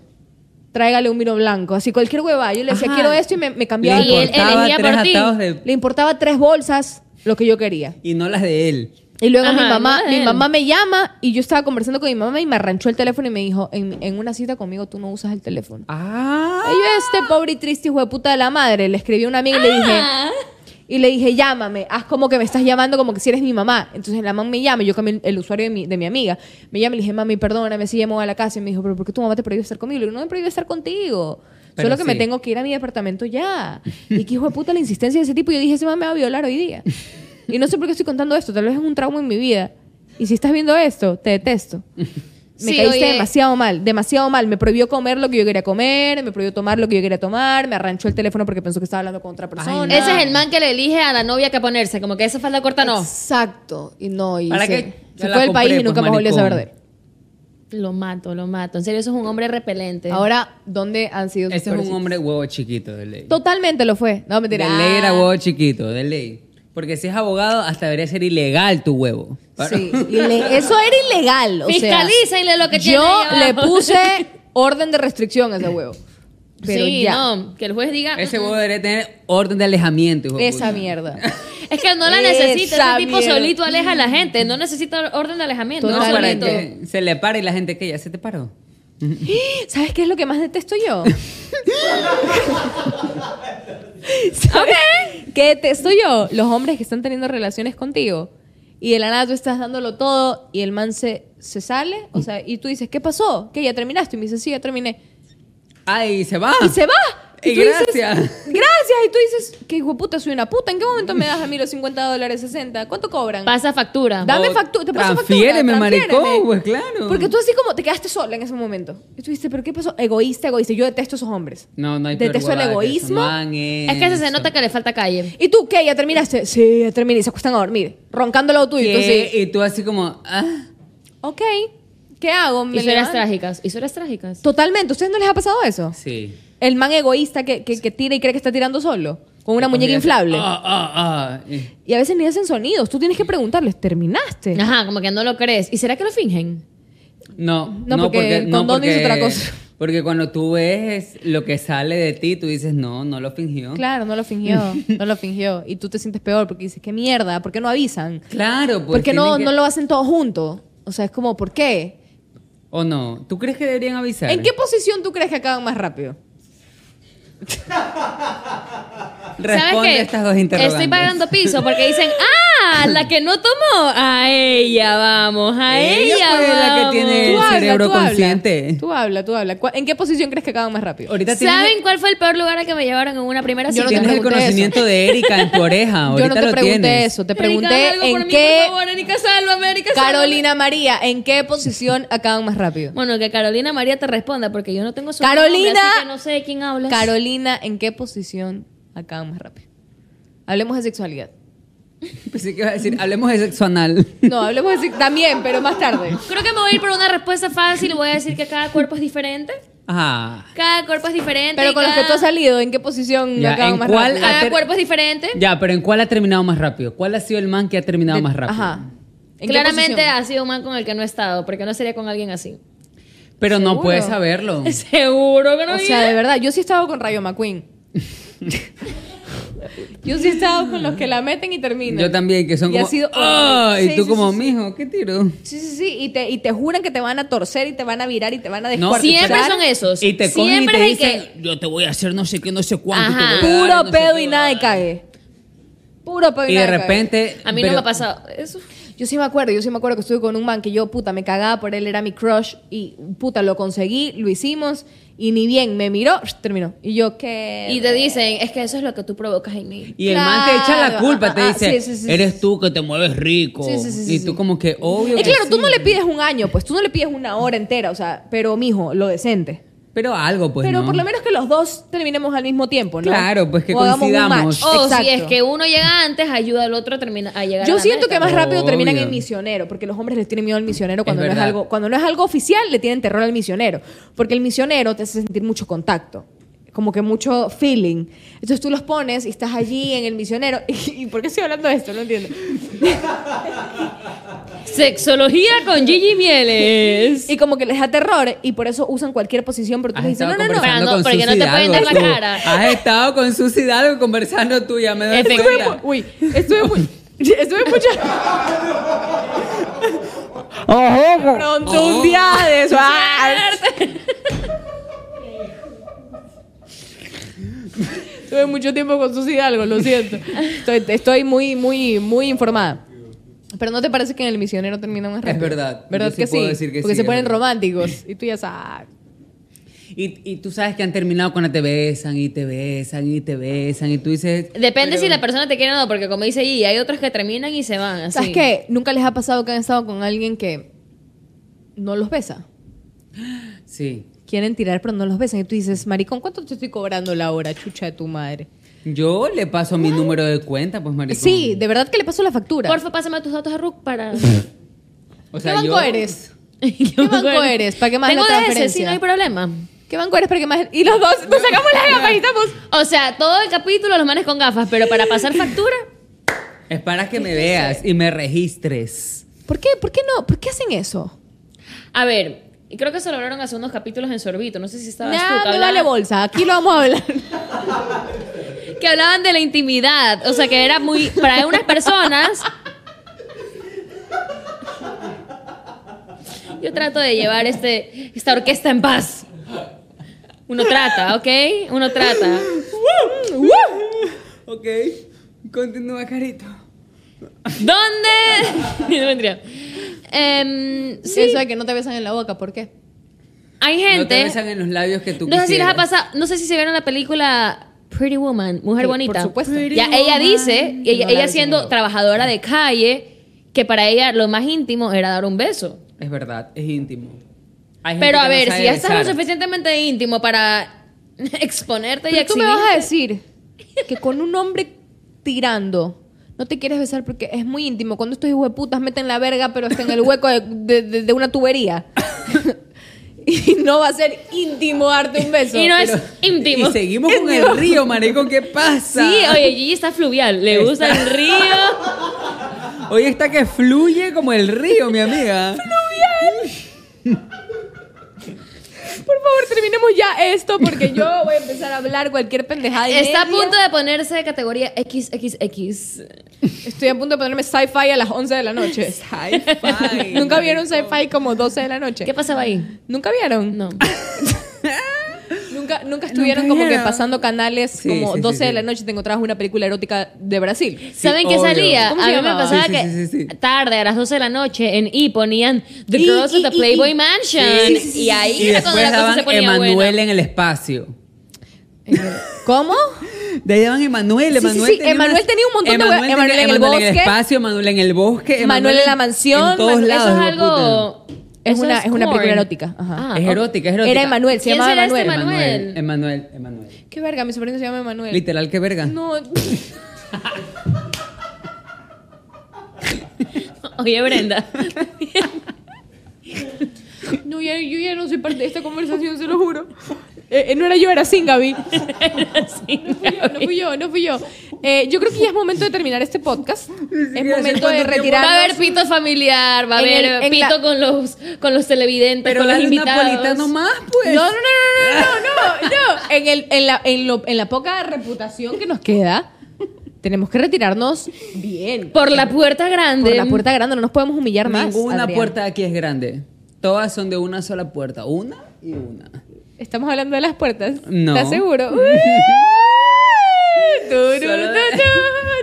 Tráigale un vino blanco. Así cualquier hueva. Yo le decía, Ajá. quiero esto y me, me Le cambiaba. Y él importaba elegía tres por ti. atados de- Le importaba tres bolsas lo que yo quería. y no las de él. Y luego Ajá, mi mamá, no, mi él. mamá me llama y yo estaba conversando con mi mamá y me arranchó el teléfono y me dijo, en, en una cita conmigo tú no usas el teléfono. Ah. Ay, yo este pobre y triste hijo de puta de la madre. Le escribí a una amiga y le dije. Ah. Y le dije, llámame, haz como que me estás llamando como que si eres mi mamá. Entonces la mamá me llama, yo cambié el- el usuario de mi, de mi amiga. Me llama y le dije, mami, perdóname si llamo a la casa. Y me dijo, pero ¿por qué tu mamá te prohibió estar conmigo? Le digo, no me prohibió estar contigo. Pero Solo que me sí. tengo que ir a mi departamento ya. Y que hijo de puta la insistencia de ese tipo. Yo dije, ese mamá me va a violar hoy día. Y no sé por qué estoy contando esto, tal vez es un trauma en mi vida. Y si estás viendo esto, te detesto. Me Sí, caíste oye. demasiado mal, demasiado mal. Me prohibió comer lo que yo quería comer, me prohibió tomar lo que yo quería tomar, me arranchó el teléfono porque pensó que estaba hablando con otra persona. Ese es el man que le elige a la novia que ponerse. Como que esa falda corta no. Exacto. Y no, y ¿Para se, qué? se Ya la fue del compré, país y pues, nunca más volvió a maricón. saber de él. Lo mato, lo mato. En serio, eso es un hombre repelente. Ahora, ¿dónde han sido sus Ese es un peorcitos? hombre huevo chiquito, de ley. Totalmente lo fue. No, De mentira. ley era huevo chiquito, de ley. Porque si es abogado, hasta debería ser ilegal tu huevo. Ah, Sí, ile- eso era ilegal. O sea, Fiscalícenle lo que tiene Yo ahí le abajo. [LAUGHS] puse orden de restricción a ese huevo. Pero sí, ya. no. Que el juez diga. [LAUGHS] Ese "Mm, mm". huevo debería tener orden de alejamiento. hijo de Esa puta. mierda. Es que no la Esa necesita. Ese tipo mierda. solito aleja a la gente. No necesita orden de alejamiento. No, No, Totalmente. para solito. que se le pare y la gente que ya se te paró. ¿Sabes qué es lo que más detesto yo? ¿Sabes ¿Qué detesto yo? Los hombres que están teniendo relaciones contigo y de la nada tú estás dándolo todo y el man se, se sale, o sea, y tú dices, ¿qué pasó? ¿Que ya terminaste? Y me dice, sí, ya terminé. Ay, se va. Y se va. Ah. Y tú dices, gracias. gracias. Y tú dices, qué hijo de puta, soy una puta. ¿En qué momento me das a mí los 50 dólares, 60? ¿Cuánto cobran? Pasa factura. Dame O factura, te paso transfiéreme, factura. maricón, transfiéreme. pues, claro. Porque tú así como te quedaste sola en ese momento. Y tú dices, ¿pero qué pasó? Egoísta, egoísta. Yo detesto a esos hombres. No, no hay peor Detesto el huevada que eso, egoísmo. man, Es que se eso. nota que le falta calle. ¿Y tú qué? ¿Ya terminaste? Sí, ya terminé. Y se acuestan a dormir, roncando lo tuyo. Y tú ¿Qué? así, Y tú así como, ah. ok, ¿qué hago? Me Historias levanto. trágicas. Historias trágicas. Totalmente. ¿Ustedes no les ha pasado eso? Sí. El man egoísta que, que- que tira y cree que está tirando solo. Con una muñeca Comida- inflable. Ah, ah, ah. Eh, Y a veces ni hacen sonidos. Tú tienes que preguntarles, ¿terminaste? Ajá, como que no lo crees. ¿Y será que lo fingen? No, No, no, porque porque, el no, condón dice porque- otra cosa. Porque cuando tú ves lo que sale de ti, tú dices, no, no lo fingió. Claro, no [LAUGHS] lo fingió. No lo fingió. Y tú te sientes peor porque dices, ¿qué mierda? ¿Por qué no avisan? Claro, pues, ¿Por qué no, tienen que- no lo hacen todos juntos? O sea, es como, ¿por qué? ¿O no? ¿Tú crees que deberían avisar? ¿En qué posición tú crees que acaban más rápido? Responde estas dos interrogantes. Estoy pagando piso porque dicen, ah, la que no tomó. A ella vamos, a Ella ella, fue la que vamos. tiene- El cerebro consciente. Tú habla, tú habla. ¿Cuál- ¿En qué posición crees que acaban más rápido? Ahorita tienes, ¿Saben cuál fue el peor lugar al que me llevaron en una primera Yo no te tienes el pregunté eso. conocimiento de Erika en tu oreja. Yo Ahorita no te lo pregunté tienes. eso, te Erika, haz algo pregunté por en mí, qué... por favor, Erika, sálvame, Erika, sálvame. Carolina María, ¿en qué posición acaban más rápido? Bueno, que Carolina María te responda porque yo no tengo su Carolina. nombre, así que no sé de quién hablas. Carolina, ¿en qué posición acaban más rápido? Hablemos de sexualidad. [LAUGHS] Pensé que iba a decir, hablemos de sexo anal. [LAUGHS] No, hablemos de sex- también, pero más tarde. Creo que me voy a ir por una respuesta fácil y voy a decir que cada cuerpo es diferente. Ajá. Cada cuerpo es diferente. Pero y con los cada... que tú has salido, ¿en qué posición Ya, acaban ¿en más cuál rápido? ha- Cada Hacer- cuerpo es diferente. Ya, pero ¿en cuál ha terminado más rápido? ¿Cuál ha sido el man que ha terminado más rápido? Ajá. ¿En qué Claramente posición? ha sido un man con el que no he estado, porque no sería con alguien así. Pero no Seguro. puedes [LAUGHS] saberlo. [LAUGHS] Seguro que no O vive. sea, de verdad, yo sí he estado con [LAUGHS] Rayo McQueen. yo sí he estado con los que la meten y terminan. Yo también, que son Y ha como. sido "Ah", horrible. Y Sí, tú, sí, como, sí, sí. mijo, ¿qué tiro? Sí, sí, sí. Y te, y te juran que te van a torcer y te van a virar y [LAUGHS] te van a No, Ah, descuartizar. Siempre son esos. Y te cogen Siempre y es te el dicen, yo te voy a hacer no sé qué, no sé cuánto. Ajá. te voy a dar, Puro no sé pedo qué". y nada de cague. Puro pedo y, Y de nada cague. repente. A mí pero- no me ha pasado eso. Yo sí me acuerdo, yo sí me acuerdo que estuve con un man que yo, puta, me cagaba por él, era mi crush y, puta, lo conseguí, lo hicimos y ni bien me miró, terminó. Y yo, ¿qué? Y te dicen, es que eso es lo que tú provocas en mí. Y el man te echa la Claro, culpa, te ah, ah, dice, sí, sí, sí, eres sí. tú que te mueves rico. Sí, sí, sí, sí, y tú sí. como que, obvio. Es que claro, tú sí". no le pides un año, pues tú no le pides una hora entera, o sea, pero mijo, lo decente. Pero algo, pues pero no. por lo menos que los dos terminemos al mismo tiempo, ¿no? Claro, pues, que O hagamos un coincidamos. match. O si Exacto. Oh, es que uno llega antes, ayuda al otro a, terminar, a llegar a Yo la siento que meta. más rápido Obvio. terminan en misionero, porque los hombres les tienen miedo al misionero cuando Es no es verdad. algo, cuando no es algo oficial, le tienen terror al misionero, porque el misionero te hace sentir mucho contacto, como que mucho feeling. Entonces tú los pones y estás allí en el misionero. [LAUGHS] ¿Y, por qué estoy hablando de esto? No entiendo. Sexología con Gigi Mieles. Y como que les da terror y por eso usan cualquier posición, pero tú Has les dices, estado no, no, Ah, no. conversando no, con porque no te Susi pueden dar la Hidalgo, tú. cara. Has estado con Susi Hidalgo conversando tú, ya me doy Efectivamente. cuenta. Estuve mu- Uy, estuve muy. [LAUGHS] Estuve mucha. Pronto un día de [LAUGHS] eso. ah. Estuve mucho tiempo con Susi Hidalgo, lo siento. Estoy, estoy muy, muy, muy informada. Pero ¿no te parece que en el misionero termina más rápido? verdad. ¿Verdad Yo sí que, puedo sí? decir que Porque sí, se es ponen verdad. románticos. Y tú ya sabes. Y, y tú sabes que han terminado cuando te besan y te besan y te besan y tú dices... [LAUGHS] Depende si la persona te quiere o no, porque como dice Gigi, hay otros que terminan y se van. Así. ¿Sabes qué? ¿Nunca les ha pasado que han estado con alguien que no los besa? Sí. Quieren tirar, pero no los besan. Y tú dices, maricón, ¿cuánto te estoy cobrando la hora, chucha de tu madre? Yo le paso mi número de cuenta, pues, maricón. Sí, de verdad que le pasó la factura. Porfa, pásame tus datos a Rook [LAUGHS] para. O ¿Qué banco yo- eres? ¿Qué banco eres? ¿Para qué más Tengo la de ese, transferencia? sí, no hay problema. ¿Qué banco eres para que más...? Y los dos nos sacamos las [LAUGHS] gafas y estamos... O sea, todo el capítulo los manes con gafas, pero para pasar factura. Es para que me veas y me registres. ¿Por qué? ¿Por qué no? ¿Por qué hacen eso? A ver, y creo que se lo hablaron hace unos capítulos en Sorbito. No sé si estabas tú. Nah, que me hablaban- vale bolsa. Aquí lo vamos a [LAUGHS] hablar. que hablaban de la intimidad. O sea, que era muy. Para unas personas. Yo trato de llevar este, esta orquesta en paz. Uno trata, ¿ok? Uno trata. Ok, continúa, Carito. ¿Dónde? [LAUGHS] No, mentira. Em, sí. Eso de que no te besan en la boca. ¿Por qué? hay No te gente. besan en los labios que tú No sé si les quisieras. ha pasado, no sé si se vieron la película Pretty Woman, Mujer Sí, por Bonita. supuesto. Pretty Ya ella Woman. dice, y ella, No la ella ves en siendo Europa. trabajadora de calle, que para ella lo más íntimo era dar un beso. Es verdad, es íntimo. Hay gente Pero que a no ver, sabe si ya estás lo besar. suficientemente íntimo para [LAUGHS] exponerte y Pero tú me vas a exhibirte, decir que con un hombre tirando no te quieres besar porque es muy íntimo. Cuando estos hijos de putas meten la verga, pero está en el hueco de, de- de- de una tubería. [LAUGHS] y no va a ser íntimo darte un beso. Y no pero- es [LAUGHS] íntimo. Y seguimos [LAUGHS] con el río, marico, ¿qué pasa? Sí, oye, Gigi está fluvial, le gusta el [LAUGHS] río. Hoy está que fluye como el río, mi amiga. Por favor, terminemos ya esto porque yo voy a empezar a hablar cualquier pendejada. y Está a media. punto de ponerse de categoría XXX. Estoy a punto de ponerme sci-fi a las 11 de la noche. Sci-fi. [LAUGHS] ¿Nunca vieron sci-fi como 12 de la noche? ¿Qué pasaba ahí? ¿Nunca vieron? [LAUGHS] No. Nunca, nunca estuvieron Nunca como que vieron. pasando canales Sí, como sí, sí, 12 de sí. la noche te encontrabas una película erótica de Brasil. ¿Saben qué obvio. salía? ¿Cómo A se mí me llamaba? pasaba Sí, sí, que sí, sí, sí. tarde, a las 12 de la noche, en E ponían The Y, Girls y, of the y, Playboy y. Mansion. Sí, sí, sí, y ahí Y era cuando después la cosa daban se ponía Emanuel buena. en el espacio. Eh, ¿Cómo? De ahí daban Emanuel, Sí, sí, Emanuel. sí, Emanuel tenía un montón de hue- Emanuel en el bosque. espacio, Emanuel en el bosque. Manuel en la mansión, En todos Manuel- lados. eso es hijo de puta. algo. Es eso una- es una porn. película erótica, ajá. Ah, es ok. erótica, es erótica. Era Emanuel, se ¿Quién llamaba será este Emanuel. Manuel? Emanuel, Emanuel, Emanuel. Qué verga, mi sobrino se llama Emanuel. Literal, qué verga. No, [LAUGHS] Oye, Brenda. [LAUGHS] no ya- yo ya no soy parte de esta conversación, se lo juro. Eh, eh, no era yo, [LAUGHS] era Singabi. No fui yo, no fui yo, no fui yo. Eh, yo creo que ya es momento de terminar este podcast. Es siquiera sé momento de cuánto tiempo- retirarnos. Va a haber pito familiar, va a En haber el- en pito la- con los con los televidentes, Pero con los dale una invitados. polita nomás, pues. No, no, no, no, no, no, no, no. En, el, en, la, en, lo- en la poca reputación que nos queda, tenemos que retirarnos bien. Por la puerta grande. Por la puerta grande, no nos podemos humillar más. Ninguna Adrián. puerta de aquí es grande. Todas son de una sola puerta. Una y una. Estamos hablando de las puertas. No. ¿Estás seguro? [LAUGHS] Uy. Turú, Solo de- tutú,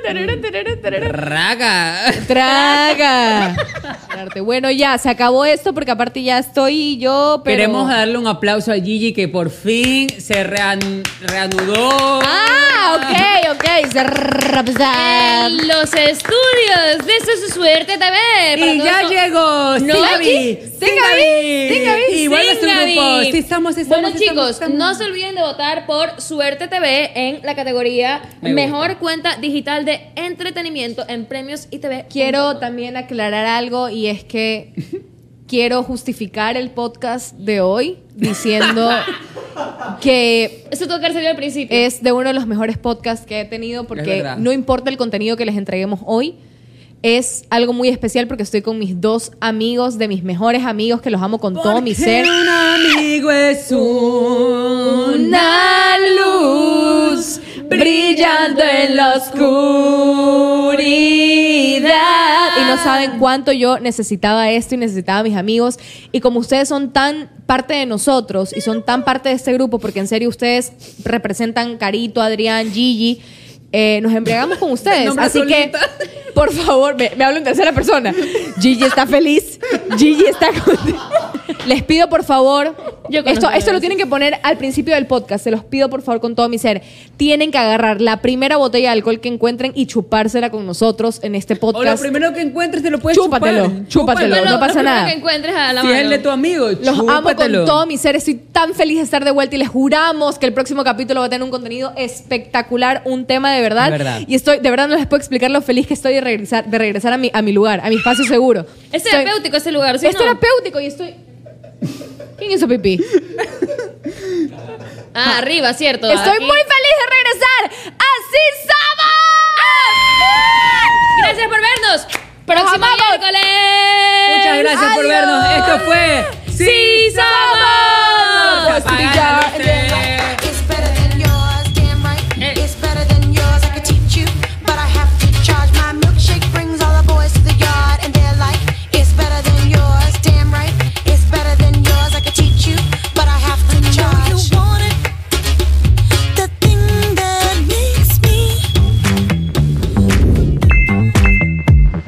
tararú, tararú, tararú. Raga. Traga. [LAUGHS] Arte. Bueno, ya, se acabó esto porque aparte ya estoy yo, pero... Queremos darle un aplauso a Gigi que por fin se rean- reanudó. Ah, ok, ok. Se En los estudios de Eso es su suerte TV. Eh, Para Y todos ya los- llegó Singabi. Singabi, Singabi. Y vuelve a su Singabi. grupo. Sí, estamos, estamos, Bueno, estamos, chicos, estamos. no se olviden de votar por Suerte TV en la categoría Me gusta. Mejor Cuenta Digital de Entretenimiento en Premios ITV. Quiero también aclarar algo y es que quiero justificar el podcast de hoy diciendo que Eso tuvo que haber salido al principio. es de uno de los mejores podcasts que he tenido porque verdad. no importa el contenido que les entreguemos hoy. Es algo muy especial porque estoy con mis dos amigos, de mis mejores amigos, que los amo con todo mi Porque ser. Un amigo es una Una luz brillando en la oscuridad. Y no saben cuánto yo necesitaba esto y necesitaba a mis amigos. Y como ustedes son tan parte de nosotros y son tan parte de este grupo, porque en serio ustedes representan Carito, Adrián, Gigi. eh, nos embriagamos con ustedes. Nombre Así solita. que, por favor, me, me hablo en tercera persona. Gigi está feliz. Gigi está contenta. [LAUGHS] Les pido, por favor, Yo conozco esto, a esto lo Lorenzo. tienen que poner al principio del podcast. Se los pido, por favor, con todo mi ser. Tienen que agarrar la primera botella de alcohol que encuentren y chupársela con nosotros en este O lo podcast. primero que encuentres te lo puedes Chúpatelo, chupar. chúpatelo, Bueno, no lo pasa primero nada. que encuentres a la Si es mano. el de tu amigo, Los amo con chúpatelo. todo mi ser. Estoy tan feliz de estar de vuelta y les juramos que el próximo capítulo va a tener un contenido espectacular, un tema de verdad. De verdad. Y estoy, de verdad, no les puedo explicar lo feliz que estoy de regresar, de regresar a, mi, a mi lugar, a mi espacio seguro. Es Estoy- terapéutico ese lugar, ¿sí o es no? terapéutico y estoy. ¿Quién hizo pipí? Ah, arriba, cierto. Estoy Aquí. muy feliz de regresar. ¡Así somos! Gracias por ¡Ah! vernos. Próximo amamos. miércoles. Muchas gracias por Adiós. vernos. Esto fue